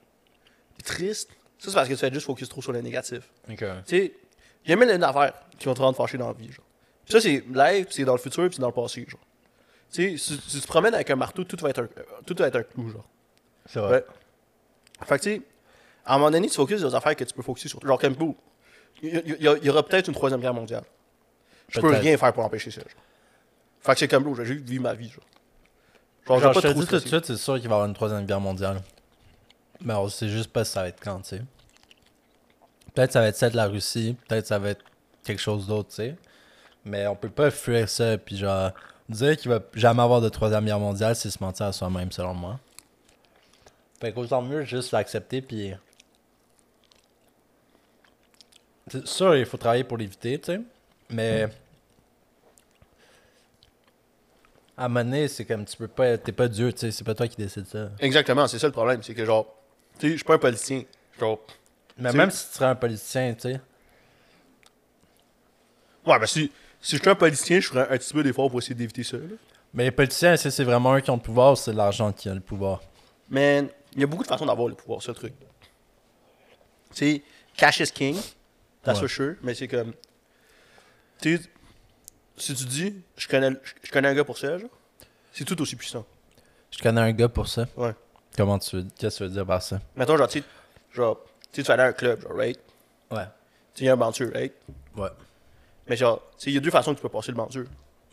[SPEAKER 1] pis triste, ça, c'est parce que tu fais juste focus trop sur le négatif.
[SPEAKER 2] Ok.
[SPEAKER 1] Tu sais, il y a mille et une affaires qui vont te rendre fâché dans la vie. Genre. Pis ça, c'est live, pis c'est dans le futur, pis c'est dans le passé. Genre. Tu sais, si, si tu te promènes avec un marteau, tout va être un, euh, tout va être un clou. Genre.
[SPEAKER 2] C'est vrai.
[SPEAKER 1] Ouais. Fait que, tu sais, à un moment donné, tu focuses sur des affaires que tu peux focuser sur. Genre, comme bout. Il y- il y, a- il y aura peut-être une troisième guerre mondiale. Je peux
[SPEAKER 2] Peut-être.
[SPEAKER 1] rien faire pour empêcher ça. genre. Fait que c'est comme bout, j'ai juste vivre ma vie. Genre, genre,
[SPEAKER 2] Genre,
[SPEAKER 1] j'ai
[SPEAKER 2] je
[SPEAKER 1] pas
[SPEAKER 2] te
[SPEAKER 1] trop
[SPEAKER 2] dis tout de
[SPEAKER 1] stressé.
[SPEAKER 2] suite, c'est sûr qu'il va y avoir une troisième guerre mondiale. Mais on sait juste pas si ça va être quand, tu sais. Peut-être ça va être celle de la Russie, peut-être ça va être quelque chose d'autre, tu sais. Mais on peut pas fuir ça, puis genre, dire qu'il va jamais avoir de troisième guerre mondiale, c'est se mentir à soi-même, selon moi. Fait qu'autant mieux juste l'accepter, puis. C'est sûr, il faut travailler pour l'éviter, tu sais. Mais. À mener, c'est comme tu peux pas. T'es pas Dieu, tu sais. C'est pas toi qui décides ça.
[SPEAKER 1] Exactement, c'est ça le problème. C'est que genre, tu sais, je suis pas un politicien. Genre,
[SPEAKER 2] Mais
[SPEAKER 1] Tu-
[SPEAKER 2] même si tu serais un politicien, tu sais.
[SPEAKER 1] ouais, ben si, si je suis un politicien, je ferais un petit peu d'effort pour essayer d'éviter ça. là.
[SPEAKER 2] Mais les politiciens, est-ce que c'est vraiment eux qui ont le pouvoir ou c'est l'argent qui a le pouvoir?
[SPEAKER 1] Man, il y a beaucoup de façons d'avoir le pouvoir, ce truc. Tu sais, cash is king, that's
[SPEAKER 2] Ouais.
[SPEAKER 1] for sure, mais c'est comme. Tu sais, si tu dis, je connais, je- je connais un gars pour ça, genre, c'est tout aussi puissant.
[SPEAKER 2] Je connais un gars pour ça.
[SPEAKER 1] Ouais.
[SPEAKER 2] Comment tu. Qu'est-ce que tu veux dire par ça?
[SPEAKER 1] Mettons, genre, tu sais, genre, tu sais, tu vas aller à un club, genre, right? Tu
[SPEAKER 2] Ouais.
[SPEAKER 1] sais, il y a un bandier, right?
[SPEAKER 2] Ouais.
[SPEAKER 1] Mais genre, tu sais, il y a deux façons que tu peux passer le bandier.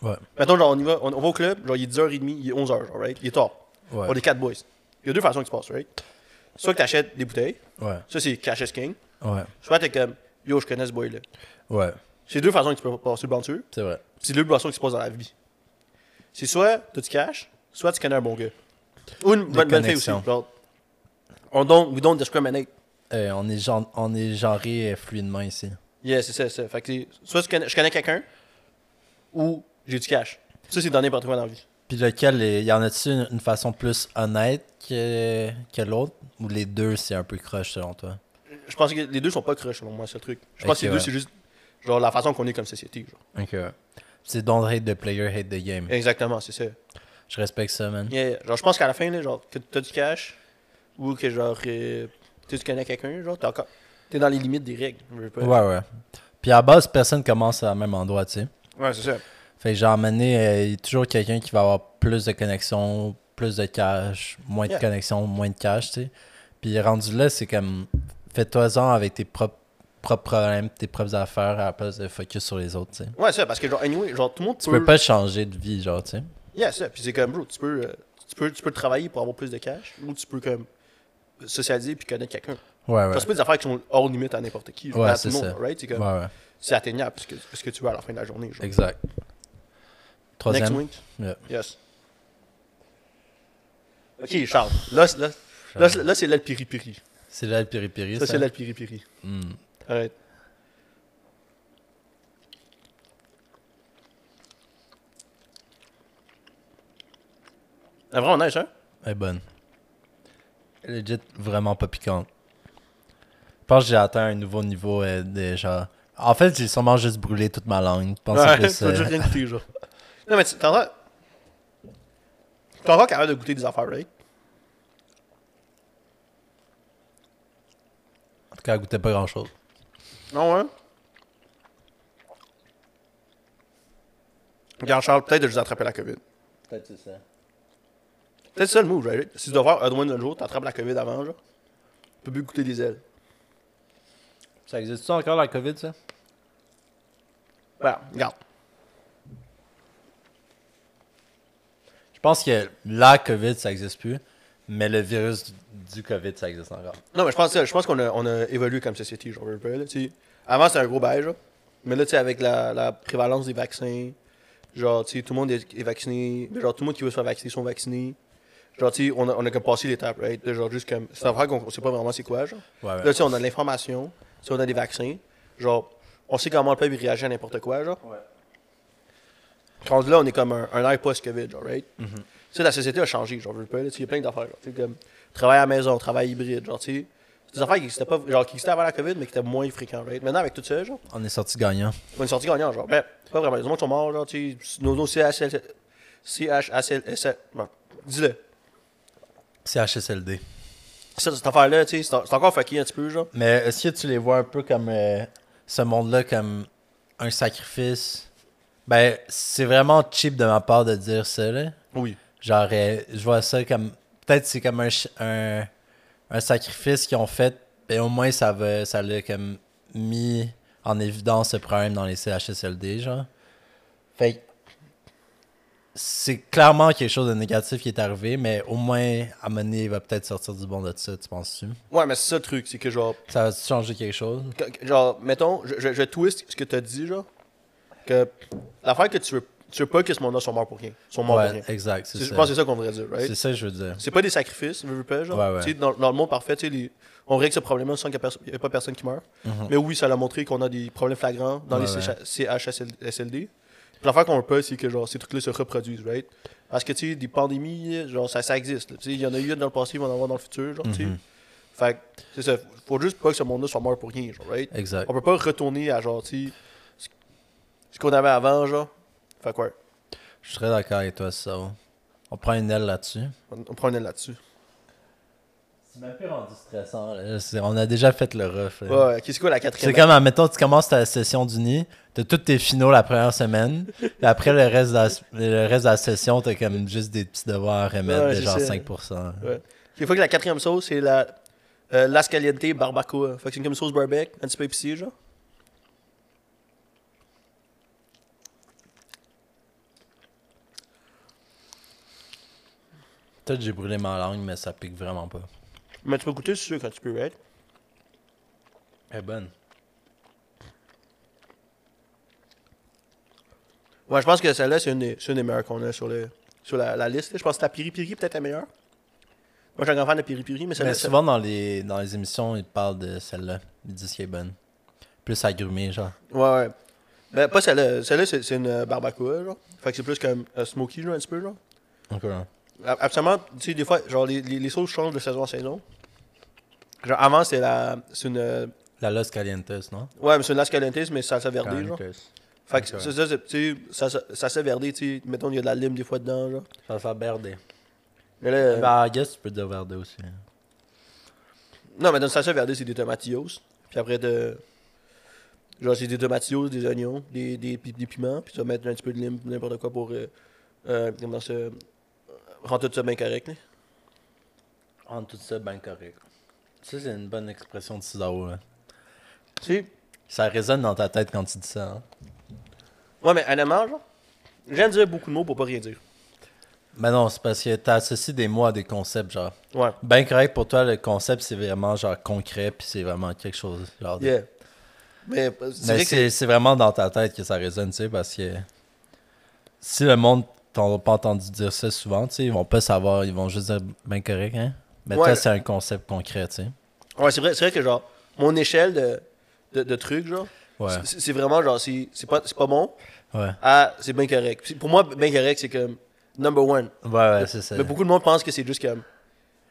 [SPEAKER 2] Ouais.
[SPEAKER 1] Mettons, genre, on y va, on, on va au club, genre, il est 10h30, il est 11h, genre, right? Il est tard. On
[SPEAKER 2] Ouais.
[SPEAKER 1] est quatre boys. Il y a deux façons que tu passes, right? Soit que tu achètes des bouteilles,
[SPEAKER 2] Ouais.
[SPEAKER 1] ça c'est cash is king,
[SPEAKER 2] Ouais.
[SPEAKER 1] soit t'es comme, yo, je connais ce boy-là.
[SPEAKER 2] Ouais.
[SPEAKER 1] C'est deux façons que tu peux passer le bandier,
[SPEAKER 2] C'est vrai.
[SPEAKER 1] puis c'est deux façons qui se passent dans la vie. C'est soit t'as du cash, soit tu connais un bon gars. Ou une bonne, bonne fille aussi,
[SPEAKER 2] connexions.
[SPEAKER 1] genre. On don't, we don't discriminate.
[SPEAKER 2] Eh, on est genre, on est genré euh, fluidement ici.
[SPEAKER 1] Yeah, c'est ça, c'est ça. Fait que c'est- soit tu connais- je connais quelqu'un, ou j'ai du cash. Ça, c'est dans n'importe quoi dans la vie.
[SPEAKER 2] Puis lequel, est- y en a-t-il une, une façon plus honnête que, que l'autre Ou les deux, c'est un peu crush selon toi
[SPEAKER 1] Je pense que les deux sont pas crush, selon moi, ce truc. Je pense
[SPEAKER 2] Ok,
[SPEAKER 1] que les deux,
[SPEAKER 2] ouais.
[SPEAKER 1] c'est juste, genre, la façon qu'on est comme société, genre.
[SPEAKER 2] Ok. C'est don't hate the player, hate the game.
[SPEAKER 1] Exactement, c'est ça.
[SPEAKER 2] Je respecte ça, man.
[SPEAKER 1] Yeah, yeah. Genre, je pense qu'à la fin, là, genre, que t'as du cash ou que genre, euh, tu sais, tu connais quelqu'un, genre, t'es encore. T'es dans les limites des règles. je veux pas-
[SPEAKER 2] Ouais, ouais. Puis à la base, personne commence à même endroit, tu sais.
[SPEAKER 1] Ouais, c'est ça.
[SPEAKER 2] Fait que j'ai emmené euh, il y a toujours quelqu'un qui va avoir plus de connexions, plus de cash, moins
[SPEAKER 1] Yeah.
[SPEAKER 2] de connexions, moins de cash, tu sais. Puis rendu là, c'est comme fais-toi-en avec tes propres propres problèmes, tes propres affaires à la place de focus sur les autres, tu sais.
[SPEAKER 1] Ouais, c'est ça, parce que genre, anyway, genre, tout le monde
[SPEAKER 2] Tu peux pas changer de vie, genre, tu sais.
[SPEAKER 1] Yeah, c'est ça. Puis c'est comme, bro, tu peux, euh, tu, peux, tu peux travailler pour avoir plus de cash ou tu peux, comme, socialiser puis connaître quelqu'un.
[SPEAKER 2] Ouais, ouais.
[SPEAKER 1] Parce que c'est pas des affaires qui sont hors limite à n'importe qui. genre,
[SPEAKER 2] Ouais,
[SPEAKER 1] à tout
[SPEAKER 2] c'est
[SPEAKER 1] le monde,
[SPEAKER 2] ça.
[SPEAKER 1] right? C'est
[SPEAKER 2] Ouais,
[SPEAKER 1] comme,
[SPEAKER 2] ouais.
[SPEAKER 1] c'est atteignable ce que, ce que tu veux à la fin de la journée. Genre.
[SPEAKER 2] Exact.
[SPEAKER 1] Next
[SPEAKER 2] Troisième.
[SPEAKER 1] week.
[SPEAKER 2] Yeah.
[SPEAKER 1] Yes. Ok, Charles. Là, c'est- là, là, c'est- là, c'est là le piri-piri.
[SPEAKER 2] C'est là le piri-piri.
[SPEAKER 1] Ça,
[SPEAKER 2] ça.
[SPEAKER 1] c'est là le piri-piri.
[SPEAKER 2] Hmm.
[SPEAKER 1] Alright. Ah, vraiment nice, hein?
[SPEAKER 2] Elle est bonne. Legit, vraiment pas piquante. Je pense que j'ai atteint un nouveau niveau euh, de genre. En fait, j'ai sûrement juste brûlé toute ma langue. Je pense que c'est
[SPEAKER 1] Ouais, [LAUGHS]
[SPEAKER 2] plus,
[SPEAKER 1] t'as
[SPEAKER 2] euh,
[SPEAKER 1] juste rien goûté, genre. Non, mais tu- t'es encore... T'es encore capable de goûter des affaires, right?
[SPEAKER 2] En tout cas, elle goûtait pas grand chose.
[SPEAKER 1] Non, hein? Regarde, Charles, peut-être de juste attraper la COVID.
[SPEAKER 2] Peut-être c'est ça.
[SPEAKER 1] Peut-être c'est ça le move, right? Si tu dois faire Edwin un jour, t'attrapes la COVID avant, genre. Tu peux plus goûter des ailes.
[SPEAKER 2] Ça existe ça encore la COVID, ça
[SPEAKER 1] Voilà, regarde.
[SPEAKER 2] Je pense que la COVID, ça existe plus. Mais le virus du- du COVID, ça existe encore.
[SPEAKER 1] Non, mais je pense, je pense qu'on a, on a évolué comme société, genre, un peu, là, tu sais. Avant, c'était un gros bail, genre. Mais là, tu sais, avec la, la prévalence des vaccins, genre, tu sais, tout le monde est, est vacciné. Genre, tout le monde qui veut se faire vacciner sont vaccinés. Genre, tu sais, on a, on a comme passé l'étape, right? De Genre, juste comme. C'est un vrai qu'on on sait pas vraiment c'est quoi, genre.
[SPEAKER 2] Ouais, ouais.
[SPEAKER 1] Là, tu sais, on a de l'information, tu sais, on a des vaccins. Genre, on sait comment le peuple il réagit à n'importe quoi, genre.
[SPEAKER 2] Ouais.
[SPEAKER 1] Quand là, on est comme un, un air post-COVID, genre, right? Tu sais, la société a changé, genre, je veux pas, là, tu sais, il y a plein d'affaires, genre, tu sais, comme travail à la maison, travail hybride, genre, tu sais, c'est des affaires qui existaient pas, genre, qui existaient avant la COVID, mais qui étaient moins fréquentes, right? Maintenant, avec tout ça, genre,
[SPEAKER 2] On est sorti gagnant.
[SPEAKER 1] on est sorti gagnant, genre, ben, pas vraiment, les gens sont morts, genre, tu sais, nos, nos CHSL, CHSL, bon, dis-le.
[SPEAKER 2] CHSLD.
[SPEAKER 1] Ça, cette affaire-là, tu sais, c'est en- c'est encore fucké un petit peu, genre.
[SPEAKER 2] Mais est-ce que tu les vois un peu comme euh, ce monde-là comme un sacrifice? Ben, c'est vraiment cheap de ma part de dire ça, là.
[SPEAKER 1] Oui.
[SPEAKER 2] Genre, euh, je vois ça comme. Peut-être c'est comme un, ch- un, un sacrifice qu'ils ont fait, mais au moins ça va, ça l'a comme mis en évidence ce problème dans les CHSLD, genre. Fait que c'est clairement quelque chose de négatif qui est arrivé, mais au moins, à mener, il va peut-être sortir du bon de ça, tu penses-tu?
[SPEAKER 1] Ouais, mais c'est ça le truc, c'est que, genre,
[SPEAKER 2] Ça va changer quelque chose?
[SPEAKER 1] Que- que- genre, mettons, je, je, je twist ce que t'as dit, genre. Que l'affaire que tu veux, tu veux pas que ce monde-là soit mort pour rien. Ils sont morts pour rien.
[SPEAKER 2] Ouais, exact, c'est
[SPEAKER 1] C'est- Je
[SPEAKER 2] ça.
[SPEAKER 1] pense que c'est ça qu'on devrait dire, right?
[SPEAKER 2] C'est ça que je veux dire.
[SPEAKER 1] C'est pas des sacrifices, veux, veux pas, genre.
[SPEAKER 2] Ouais, ouais.
[SPEAKER 1] Tu sais, Dans, dans le monde parfait, tu sais, les- on règle ce problème-là sans qu'il n'y ait pas personne qui meurt. Mais oui, ça l'a montré qu'on a des problèmes flagrants dans
[SPEAKER 2] Mhm. Ouais,
[SPEAKER 1] les CHSLD. Puis l'affaire qu'on veut pas, c'est que genre, ces trucs-là se reproduisent, right? Parce que tu sais, des pandémies, genre, ça, ça existe. là. Tu sais, Il y en a eu dans le passé, il va en avoir dans le futur, genre, tu sais.
[SPEAKER 2] Mhm.
[SPEAKER 1] Fait que, c'est ça. Faut juste pas que ce monde-là soit mort pour rien, genre, right?
[SPEAKER 2] Exact.
[SPEAKER 1] On peut pas retourner à genre, tu sais, ce- ce qu'on avait avant, genre. Fait que, ouais,
[SPEAKER 2] Je serais d'accord avec toi, ça. On prend une aile là-dessus.
[SPEAKER 1] on, on prend une aile là-dessus.
[SPEAKER 2] C'est même pas rendu stressant. là. C'est- On a déjà fait le rough. là.
[SPEAKER 1] Ouais, ok, c'est quoi la quatrième?
[SPEAKER 2] C'est comme, admettons, tu commences ta session du nid, t'as tous tes finaux la
[SPEAKER 1] [LAUGHS]
[SPEAKER 2] première semaine, puis après le reste de la, le reste de la session, t'as comme juste des petits devoirs à remettre
[SPEAKER 1] Ouais,
[SPEAKER 2] de
[SPEAKER 1] c'est
[SPEAKER 2] genre
[SPEAKER 1] ça.
[SPEAKER 2] 5%.
[SPEAKER 1] Ouais. Des fois que la quatrième sauce, c'est la euh, Las Caliente Barbacoa. Fait que c'est comme une sauce barbecue, un petit peu épicée, genre.
[SPEAKER 2] Peut-être que j'ai brûlé ma langue, mais ça pique vraiment pas.
[SPEAKER 1] Mais tu peux goûter, c'est sûr, quand tu peux, right?
[SPEAKER 2] Elle est bonne.
[SPEAKER 1] Ouais, je pense que celle-là, c'est une, des- c'est une des meilleures qu'on a sur, le, sur la, la liste. là. Je pense que la piri-piri, peut-être la meilleure. Moi, j'ai un grand fan de piri-piri, mais
[SPEAKER 2] Mais
[SPEAKER 1] celle-là, c'est
[SPEAKER 2] souvent dans les, dans les émissions, ils parlent de celle-là. Ils disent qu'elle est bonne. Plus agrumée, genre.
[SPEAKER 1] Ouais, ouais. Ben, pas celle-là. Celle-là, c'est c'est une euh, barbacoa, genre. Fait que c'est plus comme euh, smoky, genre, un petit peu, genre.
[SPEAKER 2] Encore.
[SPEAKER 1] A- Absolument, tu sais, des fois, genre, les, les, les sauces changent de saison en saison. Genre, avant, c'est la. C'est une. euh,
[SPEAKER 2] La Los Calientes, non?
[SPEAKER 1] Ouais, mais c'est une Las Calientes, mais salsa verde, genre. Fait que
[SPEAKER 2] Ok.
[SPEAKER 1] c'est ça, c'est- tu sais, ça, ça, ça s'est verdé, tu sais, mettons, il y a de la lime des fois dedans, genre.
[SPEAKER 2] Ça va faire berder.
[SPEAKER 1] Mais là, euh,
[SPEAKER 2] Bah, I guess tu peux deverder aussi. hein.
[SPEAKER 1] non, mais dans le salsa verdé, c'est des tomatillos, puis après, de, genre, c'est des tomatillos, des oignons, des, des, pi- des piments, puis tu vas mettre un petit peu de lime, n'importe quoi pour, euh, euh, comment ça, rendre tout ça bien correct, là.
[SPEAKER 2] En tout ça, ben correct. Ça, c'est une bonne expression de Cesaro, là.
[SPEAKER 1] Tu sais,
[SPEAKER 2] Ça résonne dans ta tête quand tu dis ça. Hein?
[SPEAKER 1] ouais, mais honnêtement, genre, j'aime dire beaucoup de mots pour pas rien dire.
[SPEAKER 2] Mais non, c'est parce que t'as associé des mots à des concepts, genre.
[SPEAKER 1] Ouais,
[SPEAKER 2] Ben correct pour toi, le concept, c'est vraiment genre concret, puis c'est vraiment quelque chose. Genre, de-
[SPEAKER 1] yeah. Mais euh, c'est vrai
[SPEAKER 2] Mais
[SPEAKER 1] que
[SPEAKER 2] Ben, c'est c'est vraiment dans ta tête que ça résonne, tu sais, parce que si le monde t'en a pas entendu dire ça souvent, tu sais, ils vont pas savoir, ils vont juste dire ben correct, hein. Mais
[SPEAKER 1] Ouais.
[SPEAKER 2] toi, c'est un concept concret, tu sais.
[SPEAKER 1] Ouais, c'est vrai, c'est vrai que genre, mon échelle de, de, de trucs, genre,
[SPEAKER 2] Ouais.
[SPEAKER 1] c'est c'est vraiment genre, c'est c'est pas, c'est pas bon
[SPEAKER 2] Ouais,
[SPEAKER 1] à Ah, c'est bien correct. Puis pour moi, bien correct, c'est comme number one.
[SPEAKER 2] ouais, ouais, c'est ça.
[SPEAKER 1] Mais beaucoup de monde pense que c'est juste comme,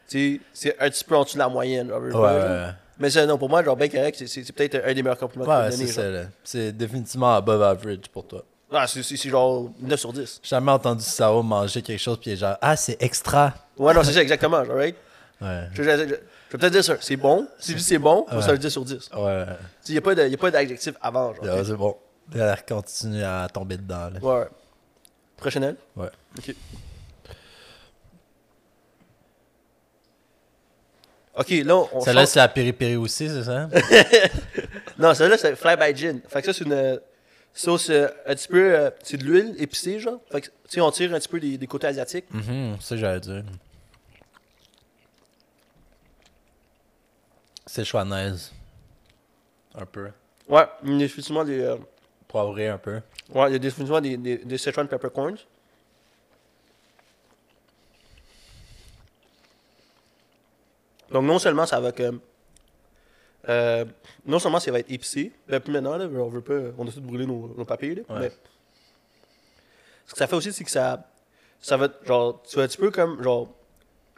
[SPEAKER 1] tu sais, c'est un petit peu en dessous de la moyenne. genre, je veux
[SPEAKER 2] Ouais,
[SPEAKER 1] pas,
[SPEAKER 2] ouais,
[SPEAKER 1] genre.
[SPEAKER 2] ouais.
[SPEAKER 1] Mais ça, non, pour moi, genre, bien correct, c'est- c'est c'est peut-être un des meilleurs compliments
[SPEAKER 2] Ouais,
[SPEAKER 1] que je peux donner.
[SPEAKER 2] c'est ça,
[SPEAKER 1] genre.
[SPEAKER 2] là. C'est définitivement above average pour toi.
[SPEAKER 1] Ah, c'est c'est- c'est genre 9 sur 10.
[SPEAKER 2] J'ai jamais entendu Sao manger quelque chose, puis genre, ah, c'est extra.
[SPEAKER 1] Ouais, non, c'est ça, exactement, genre, right?
[SPEAKER 2] Ouais.
[SPEAKER 1] Je, je- je- je vais peut-être dire ça, c'est bon. Si je dis c'est bon, moi, c'est un 10 sur 10.
[SPEAKER 2] Ouais,
[SPEAKER 1] Il n'y a pas de- y a pas d'adjectif avant, genre.
[SPEAKER 2] Ouais, c'est bon. Elle continue à tomber dedans. Là.
[SPEAKER 1] Ouais, ouais. Prochaine aile?
[SPEAKER 2] Ouais.
[SPEAKER 1] Ok. Ok, là, on- on
[SPEAKER 2] Celle-là,
[SPEAKER 1] change-
[SPEAKER 2] c'est la piri-piri aussi, c'est [LAUGHS] ça?
[SPEAKER 1] Non, celle-là, c'est Fly by Gin. Fait que ça, c'est une euh, sauce euh, un petit peu. euh, c'est de l'huile épicée, genre. Fait que, tu sais, on tire un petit peu des, des côtés asiatiques.
[SPEAKER 2] Mhm, c'est ça que j'allais dire. C'est chouanaise. Un peu.
[SPEAKER 1] Ouais, il y a définitivement des. euh,
[SPEAKER 2] Poivré un peu.
[SPEAKER 1] ouais, il y a définitivement des, des, des Sichuan peppercorns. Donc, non seulement ça va comme. euh, non seulement ça va être épicé, ben, plus maintenant, là, on veut pas. On a tout brûlé nos, nos papiers, là,
[SPEAKER 2] Ouais.
[SPEAKER 1] mais- Ce que ça fait aussi, c'est que ça. Ça va être, genre. Tu vas un petit peu comme, genre.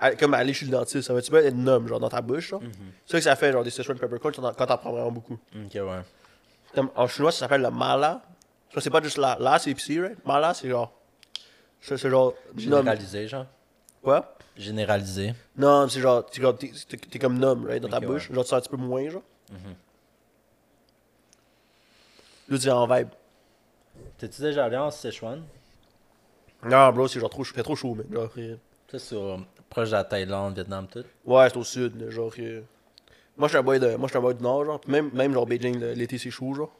[SPEAKER 1] à- comme aller chez le dentiste. Ça va un petit peu être numb, genre, dans ta bouche, genre. C'est ça que ça fait, genre, des Sichuan peppercorns quand t'en- quand t'en prends vraiment beaucoup.
[SPEAKER 2] Ok, ouais.
[SPEAKER 1] Comme, en chinois, ça s'appelle le mala. Ça, c'est pas juste la. La, c'est épicé, right? Mala, c'est genre. C'est c'est genre. Nom.
[SPEAKER 2] Généralisé, genre.
[SPEAKER 1] Quoi?
[SPEAKER 2] Généralisé.
[SPEAKER 1] Non, c'est genre. T'es comme, t'es- t'es- t'es comme nom, right? Dans ta
[SPEAKER 2] Ok, Mm-hmm.
[SPEAKER 1] bouche. Genre, tu sens un petit peu moins, genre. Là, tu es en vibe.
[SPEAKER 2] T'es-tu déjà allé en Sichuan?
[SPEAKER 1] Non, bro, c'est genre trop, chaud- fait trop chaud, mec. Genre, euh,
[SPEAKER 2] Ça, c'est au- proche de la Thaïlande, Vietnam, tout.
[SPEAKER 1] ouais, c'est au sud, là, genre. euh, Moi, je suis un boy de, moi, je suis un boy du nord, genre. Puis Même, même genre, Beijing, là, l'été, c'est chaud, genre.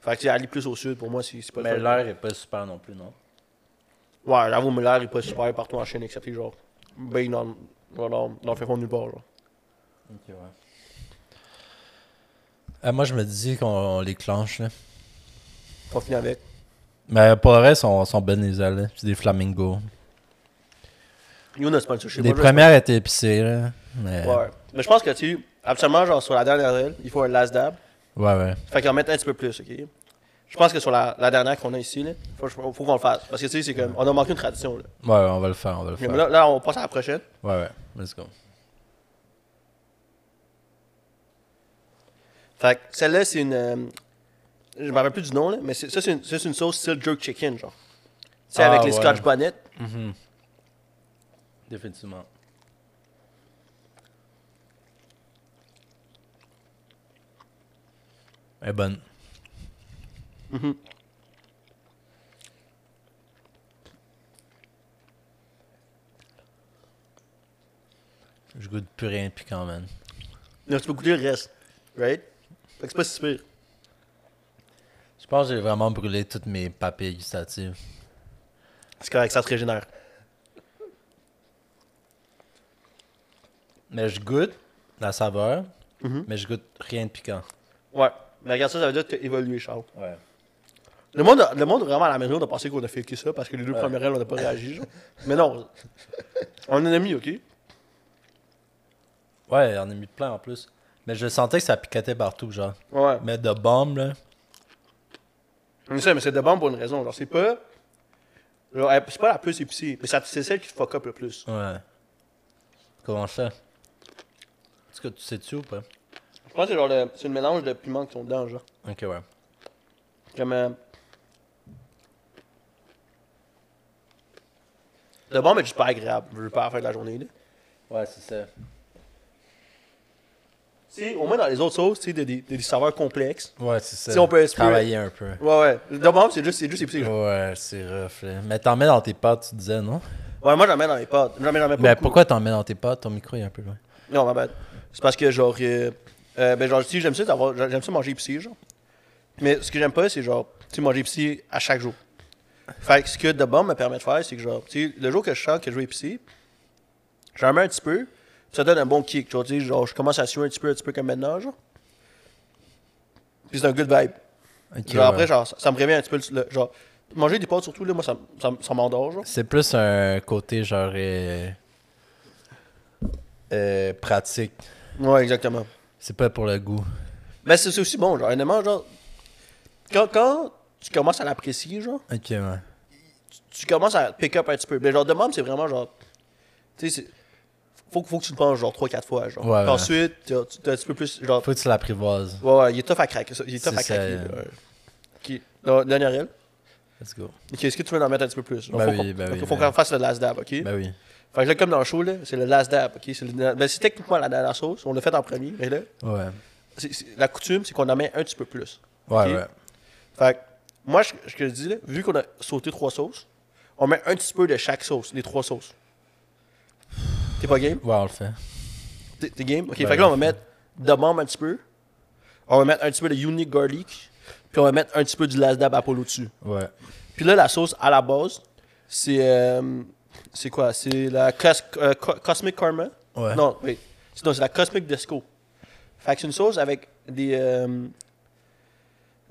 [SPEAKER 1] Fait que, tu sais, aller plus au sud, pour moi, c'est c'est pas le
[SPEAKER 2] Mm-hmm. Mais
[SPEAKER 1] fun.
[SPEAKER 2] l'air est pas super non plus, non?
[SPEAKER 1] Ouais, j'avoue, mais l'air est pas super partout en Chine, excepté genre, ben dans, dans, dans, dans le fait fond de nulle part. Genre.
[SPEAKER 2] Ok, ouais. Euh, moi, je me dis qu'on on les clenche, là.
[SPEAKER 1] Faut finir avec.
[SPEAKER 2] Mais pour le reste, sont, sont bonnes les ailes. là. C'est des flamingos.
[SPEAKER 1] Yo, notre sponsorship.
[SPEAKER 2] les euh,
[SPEAKER 1] moi, je vais-
[SPEAKER 2] premières étaient épicées, là. Mais... Ouais,
[SPEAKER 1] Ouais. Mais je pense que, tu sais, absolument, genre, sur la dernière aile, il faut un last dab.
[SPEAKER 2] ouais.
[SPEAKER 1] Fait qu'ils en mettent un petit peu plus, OK? Je pense que sur la, la dernière qu'on a ici, là, faut, faut qu'on le fasse. Parce que, tu sais, c'est comme, on a manqué une tradition, là.
[SPEAKER 2] Ouais, ouais, on va le faire, on va le
[SPEAKER 1] Mais
[SPEAKER 2] faire.
[SPEAKER 1] là, là, on passe à la prochaine.
[SPEAKER 2] Ouais, ouais, let's go.
[SPEAKER 1] Fait que celle-là, c'est une. euh, je me rappelle plus du nom, là, mais c'est- ça, c'est une, ça, c'est une sauce style jerk chicken, genre. Tu sais,
[SPEAKER 2] Ah,
[SPEAKER 1] avec les
[SPEAKER 2] ouais.
[SPEAKER 1] scotch bonnet.
[SPEAKER 2] Mm-hmm. Définitivement. Elle est bonne. Je goûte plus rien de piquant, man.
[SPEAKER 1] Là, tu peux goûter le reste. Right? Fait que c'est pas si pire.
[SPEAKER 2] Je pense que j'ai vraiment brûlé toutes mes papilles gustatives.
[SPEAKER 1] C'est correct, ça se régénère.
[SPEAKER 2] Mais je goûte la saveur, mais je goûte rien de piquant.
[SPEAKER 1] Ouais. Mais regarde ça, ça veut dire que t'as évolué, Charles.
[SPEAKER 2] Ouais.
[SPEAKER 1] Le monde, a- le monde vraiment à la maison on a pensé qu'on a fait que ça parce que les deux premières règles, on n'a [LAUGHS] pas réagi. genre. Mais non. On en a mis, OK?
[SPEAKER 2] Ouais, on a mis plein en plus. Mais je sentais que ça picotait partout, genre.
[SPEAKER 1] Ouais.
[SPEAKER 2] Mais de bombe, là.
[SPEAKER 1] Mais ça, mais c'est de bon pour une raison. Genre, c'est pas. genre, elle- c'est pas la plus épicée, mais ça- c'est celle qui te fuck up le plus.
[SPEAKER 2] Ouais. Comment ça? Est-ce que tu sais-tu ou pas?
[SPEAKER 1] Je pense que c'est genre le- c'est le mélange de piments qui sont dedans, genre.
[SPEAKER 2] Ok, ouais.
[SPEAKER 1] Comme. euh, Le bon, mais juste pas agréable. Je veux pas à la fin de la journée. Là.
[SPEAKER 2] Ouais, c'est ça.
[SPEAKER 1] Si, au moins dans les autres sauces, tu sais, des, des, des saveurs complexes.
[SPEAKER 2] Ouais, c'est ça.
[SPEAKER 1] Si on peut espérer-
[SPEAKER 2] Travailler un peu.
[SPEAKER 1] Ouais, ouais. Le bon, c'est juste, c'est juste épicé. genre.
[SPEAKER 2] Ouais, c'est rough, là. Mais t'en mets dans tes pâtes, tu disais, non?
[SPEAKER 1] Ouais, moi, j'en mets dans les pâtes. J'en mets, j'en mets pas
[SPEAKER 2] Mais
[SPEAKER 1] beaucoup.
[SPEAKER 2] pourquoi t'en mets dans tes pâtes? Ton micro est un peu loin.
[SPEAKER 1] Non, ma bad. C'est parce que, genre. euh, euh, ben, genre, si, j'aime ça, d'avoir- j'aime ça manger épicé, genre. Mais ce que j'aime pas, c'est genre, tu sais, manger épicé à chaque jour. Fait que ce que The Bomb me permet de faire, c'est que, genre, tu sais, le jour que je sens que je vais épicé, j'en mets un petit peu, puis ça donne un bon kick. Genre, tu sais, genre, je commence à suer un petit peu, un petit peu comme maintenant, genre. Puis c'est un good vibe.
[SPEAKER 2] Ok,
[SPEAKER 1] Genre,
[SPEAKER 2] ouais.
[SPEAKER 1] après, genre, ça, ça me réveille un petit peu. le- le- genre, manger des pâtes, surtout, là, moi, ça, m- ça, m- ça m'endort, genre.
[SPEAKER 2] C'est plus un côté, genre, euh, euh, pratique.
[SPEAKER 1] Ouais, exactement.
[SPEAKER 2] C'est pas pour le goût.
[SPEAKER 1] Mais Ben, c'est c'est aussi bon, genre, honnêtement, genre. Quand, quand tu commences à l'apprécier, genre,
[SPEAKER 2] Ok, ouais.
[SPEAKER 1] tu commences à pick up un petit peu. Mais genre, de même, c'est vraiment genre. Tu sais, c'est- faut, faut que tu le penses genre 3-4 fois. Genre.
[SPEAKER 2] Ouais,
[SPEAKER 1] Puis
[SPEAKER 2] ouais.
[SPEAKER 1] Ensuite, t'as t'as un petit peu plus. Genre,
[SPEAKER 2] Faut que tu l'apprivoises.
[SPEAKER 1] ouais, ouais, il est tough à craquer. ça. Il est tough
[SPEAKER 2] C'est
[SPEAKER 1] à craquer.
[SPEAKER 2] ça,
[SPEAKER 1] là, ouais. Ok. Donc, Dernière aile.
[SPEAKER 2] Let's go.
[SPEAKER 1] Ok, est-ce que tu veux en mettre un petit peu plus? Genre,
[SPEAKER 2] Ben
[SPEAKER 1] faut
[SPEAKER 2] oui,
[SPEAKER 1] qu'on
[SPEAKER 2] ben
[SPEAKER 1] faut-
[SPEAKER 2] oui,
[SPEAKER 1] faut
[SPEAKER 2] ben
[SPEAKER 1] qu'on fasse le last dab, ok?
[SPEAKER 2] Ben oui.
[SPEAKER 1] Fait que là, comme dans le show, là, c'est le last dab, ok? C'est le- ben, c'est techniquement la dernière sauce, on l'a fait en premier, mais là,
[SPEAKER 2] Ouais.
[SPEAKER 1] c'est- c'est- la coutume, c'est qu'on en met un petit peu plus.
[SPEAKER 2] Ouais,
[SPEAKER 1] Ok.
[SPEAKER 2] ouais.
[SPEAKER 1] Fait que, moi, je, je te dis, là, vu qu'on a sauté trois sauces, on met un petit peu de chaque sauce, les trois sauces. T'es pas game?
[SPEAKER 2] Ouais, on le fait.
[SPEAKER 1] T'es t'es game? Ok,
[SPEAKER 2] Ben,
[SPEAKER 1] fait que là, on va
[SPEAKER 2] ouais.
[SPEAKER 1] mettre de bombe un petit peu. On va mettre un petit peu de unique garlic. Puis on va mettre un petit peu du lasdab Apollo dessus.
[SPEAKER 2] Ouais.
[SPEAKER 1] Puis là, la sauce à la base, c'est. euh, c'est quoi? C'est la cos- euh, co- Cosmic Karma.
[SPEAKER 2] Ouais.
[SPEAKER 1] Non, wait. C'est non, c'est la Cosmic Disco. Fait que c'est une sauce avec des. euh,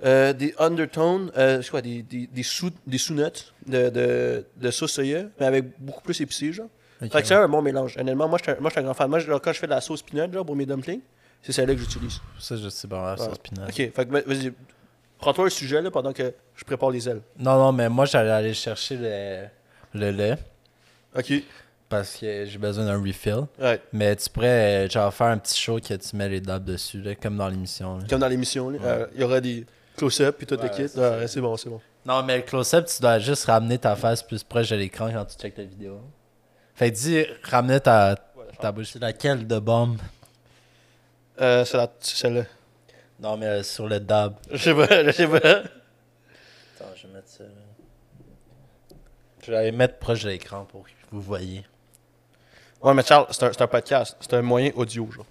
[SPEAKER 1] euh, des undertones, euh, c'est quoi, des, des, des, sous, des sous-notes de, de, de sauce soya, mais avec beaucoup plus épicé, genre.
[SPEAKER 2] Ok,
[SPEAKER 1] fait que c'est un bon mélange. Honnêtement, moi, je suis un, moi, je suis un grand fan. Moi, genre, quand je fais de la sauce peanut, genre, pour mes dumplings, c'est celle-là que j'utilise.
[SPEAKER 2] Ça, je sais pas, ça
[SPEAKER 1] Ouais.
[SPEAKER 2] spinach.
[SPEAKER 1] OK, fait que vas-y, prends-toi le sujet, là, pendant que je prépare les ailes.
[SPEAKER 2] Non, non, mais moi, j'allais aller chercher le, le lait
[SPEAKER 1] OK.
[SPEAKER 2] parce que j'ai besoin d'un refill.
[SPEAKER 1] Ouais.
[SPEAKER 2] Mais tu pourrais, euh, genre, faire un petit show que tu mets les dates dessus, là, comme dans l'émission. là.
[SPEAKER 1] Comme dans l'émission, là, euh, il y aura des close-up puis tout le
[SPEAKER 2] Ouais,
[SPEAKER 1] kit.
[SPEAKER 2] c'est
[SPEAKER 1] Ouais,
[SPEAKER 2] ça.
[SPEAKER 1] ouais, c'est bon, c'est bon.
[SPEAKER 2] Non, mais le close-up, tu dois juste ramener ta face plus proche de l'écran quand tu checkes ta vidéo. Fait que dis, ramener ta, ta bouche. C'est laquelle de bombe
[SPEAKER 1] Euh, c'est la- c'est celle-là.
[SPEAKER 2] Non, mais euh, sur le dab.
[SPEAKER 1] Je sais pas, je sais pas.
[SPEAKER 2] Attends, je vais mettre ça. là. Je vais aller mettre proche de l'écran pour que vous voyez.
[SPEAKER 1] Ouais, mais Charles, c'est un, c'est un podcast. C'est un moyen audio, genre.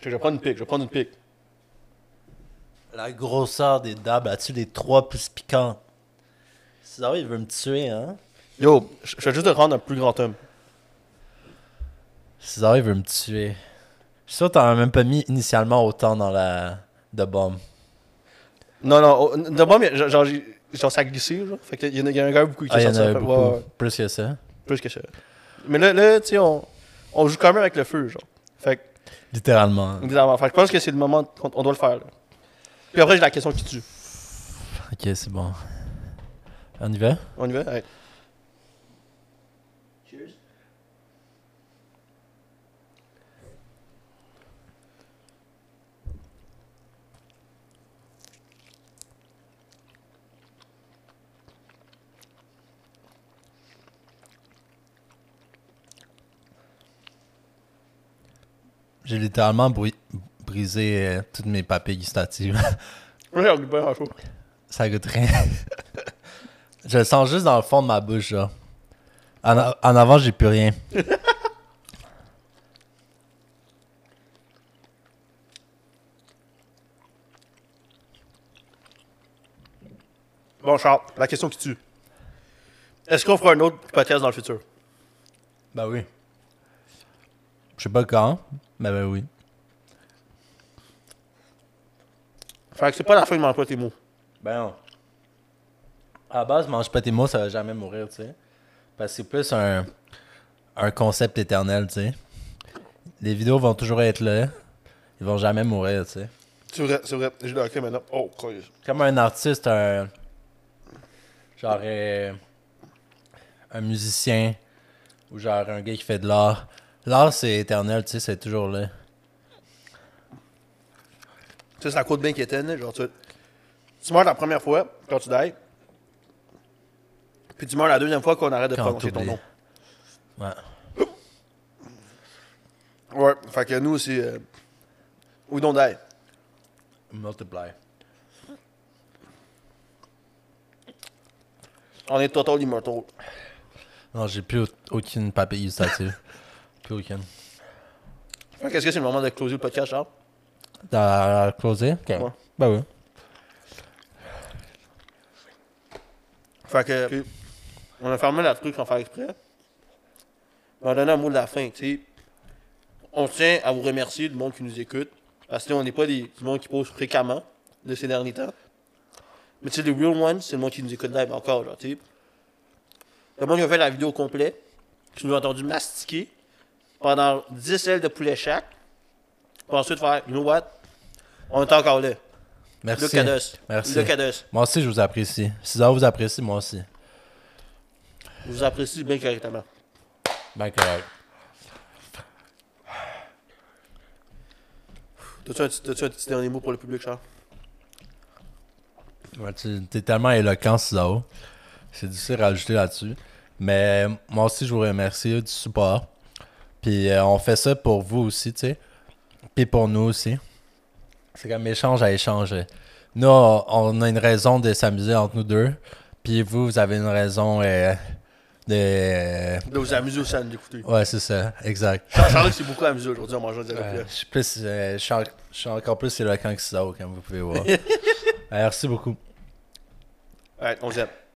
[SPEAKER 1] Je vais prendre une pique, je vais prendre une pique.
[SPEAKER 2] La grosseur des dabs, as-tu les trois plus piquants? César, il veut me tuer, hein?
[SPEAKER 1] Yo, je je vais juste te rendre un plus grand homme.
[SPEAKER 2] César, il veut me tuer. Je suis sûr que t'en as même pas mis initialement autant dans la de bombe.
[SPEAKER 1] Non, non, oh, de bon, mais genre, genre, j'ai- genre, ça a glissé, genre. Fait qu'il y en a, il y en a quand même beaucoup qui
[SPEAKER 2] Ah, il y en
[SPEAKER 1] sortent
[SPEAKER 2] avait
[SPEAKER 1] ça.
[SPEAKER 2] beaucoup.
[SPEAKER 1] Ouais, ouais,
[SPEAKER 2] Plus que ça.
[SPEAKER 1] plus que ça. Mais là, là tu sais, on, on joue quand même avec le feu, genre. Fait que,
[SPEAKER 2] Littéralement.
[SPEAKER 1] bizarrement. Fait que je pense que c'est le moment qu'on on doit le faire, là. Puis après, j'ai la question qui tue.
[SPEAKER 2] Ok, c'est bon. On y va?
[SPEAKER 1] On y va? Ouais. Cheers.
[SPEAKER 2] J'ai littéralement bri- brisé euh, toutes mes papilles gustatives. [LAUGHS]
[SPEAKER 1] Ouais, on oublie pas grand-chose.
[SPEAKER 2] Ça goûte rien. [LAUGHS] je le sens juste dans le fond de ma bouche, là. En, a- en avant, j'ai plus rien.
[SPEAKER 1] Bon, Charles, la question qui tue. Est-ce qu'on fera un autre podcast dans le futur?
[SPEAKER 2] Bah oui. Je sais pas quand, mais ben oui.
[SPEAKER 1] Fait que c'est pas la fin de m'emploi tes mots.
[SPEAKER 2] Ben non. À la base, mange pas tes mots, ça va jamais mourir, tu sais. Parce que c'est plus un, un concept éternel, tu sais. Les vidéos vont toujours être là. Ils vont jamais mourir, tu sais.
[SPEAKER 1] C'est vrai, c'est vrai. J'ai le hockey maintenant. Oh, croyez.
[SPEAKER 2] Comme un artiste, un. Genre. euh, un musicien. Ou genre un gars qui fait de l'art. L'art, c'est éternel, tu sais, c'est toujours là.
[SPEAKER 1] Tu sais, ça coûte bien qui était, là, genre, tu, tu meurs la première fois quand tu dies, puis tu meurs la deuxième fois qu'on arrête de
[SPEAKER 2] Quand
[SPEAKER 1] prononcer ton
[SPEAKER 2] t'oublies.
[SPEAKER 1] nom.
[SPEAKER 2] Ouais.
[SPEAKER 1] Ouais, fait que nous, c'est. Euh, we don't die.
[SPEAKER 2] Multiply.
[SPEAKER 1] On est total immortal.
[SPEAKER 2] Non, j'ai plus au- aucune papille [LAUGHS] gustative. plus aucune.
[SPEAKER 1] Fait que est-ce que c'est le moment de closer le podcast, Charles?
[SPEAKER 2] T'as closé? Ok.
[SPEAKER 1] Ouais.
[SPEAKER 2] Ben oui.
[SPEAKER 1] Fait que. ok, On a fermé la truc sans faire exprès. Mais On a donné un mot de la fin, tu sais. On tient à vous remercier du monde qui nous écoute. Parce que là, on n'est pas des, du monde qui pose fréquemment de ces derniers temps. Mais tu sais, les real ones, c'est le monde qui nous écoute live encore, genre, tu sais. Le monde qui a fait la vidéo complète, qui nous a entendu mastiquer pendant 10 ailes de poulet chaque. Pour ensuite faire, you know what? On est encore là.
[SPEAKER 2] Merci.
[SPEAKER 1] Le Cados.
[SPEAKER 2] Merci.
[SPEAKER 1] Le Cados.
[SPEAKER 2] Moi aussi, je vous apprécie. Si ça vous apprécie, moi aussi.
[SPEAKER 1] Je vous apprécie bien correctement.
[SPEAKER 2] Ben correct.
[SPEAKER 1] T'as-tu un, petit- t'as-tu un petit dernier mot pour le public, Charles?
[SPEAKER 2] Ouais, tu- T'es tellement éloquent, César. C'est difficile à rajouter là-dessus. Mais moi aussi, je vous remercie du support. Puis euh, on fait ça pour vous aussi, tu sais. Puis pour nous aussi. C'est comme échange à échange. Nous, on on a une raison de s'amuser entre nous deux. Puis vous, vous avez une raison euh, de. euh,
[SPEAKER 1] De vous amuser aussi à nous écouter.
[SPEAKER 2] Ouais, c'est ça, exact.
[SPEAKER 1] Charles s'est beaucoup amusé aujourd'hui en mangeant des
[SPEAKER 2] Euh,
[SPEAKER 1] lapins.
[SPEAKER 2] je suis plus, euh, je suis en- je suis encore plus éloquent que César, comme vous pouvez voir. Euh, merci beaucoup.
[SPEAKER 1] Ouais, on s'aime.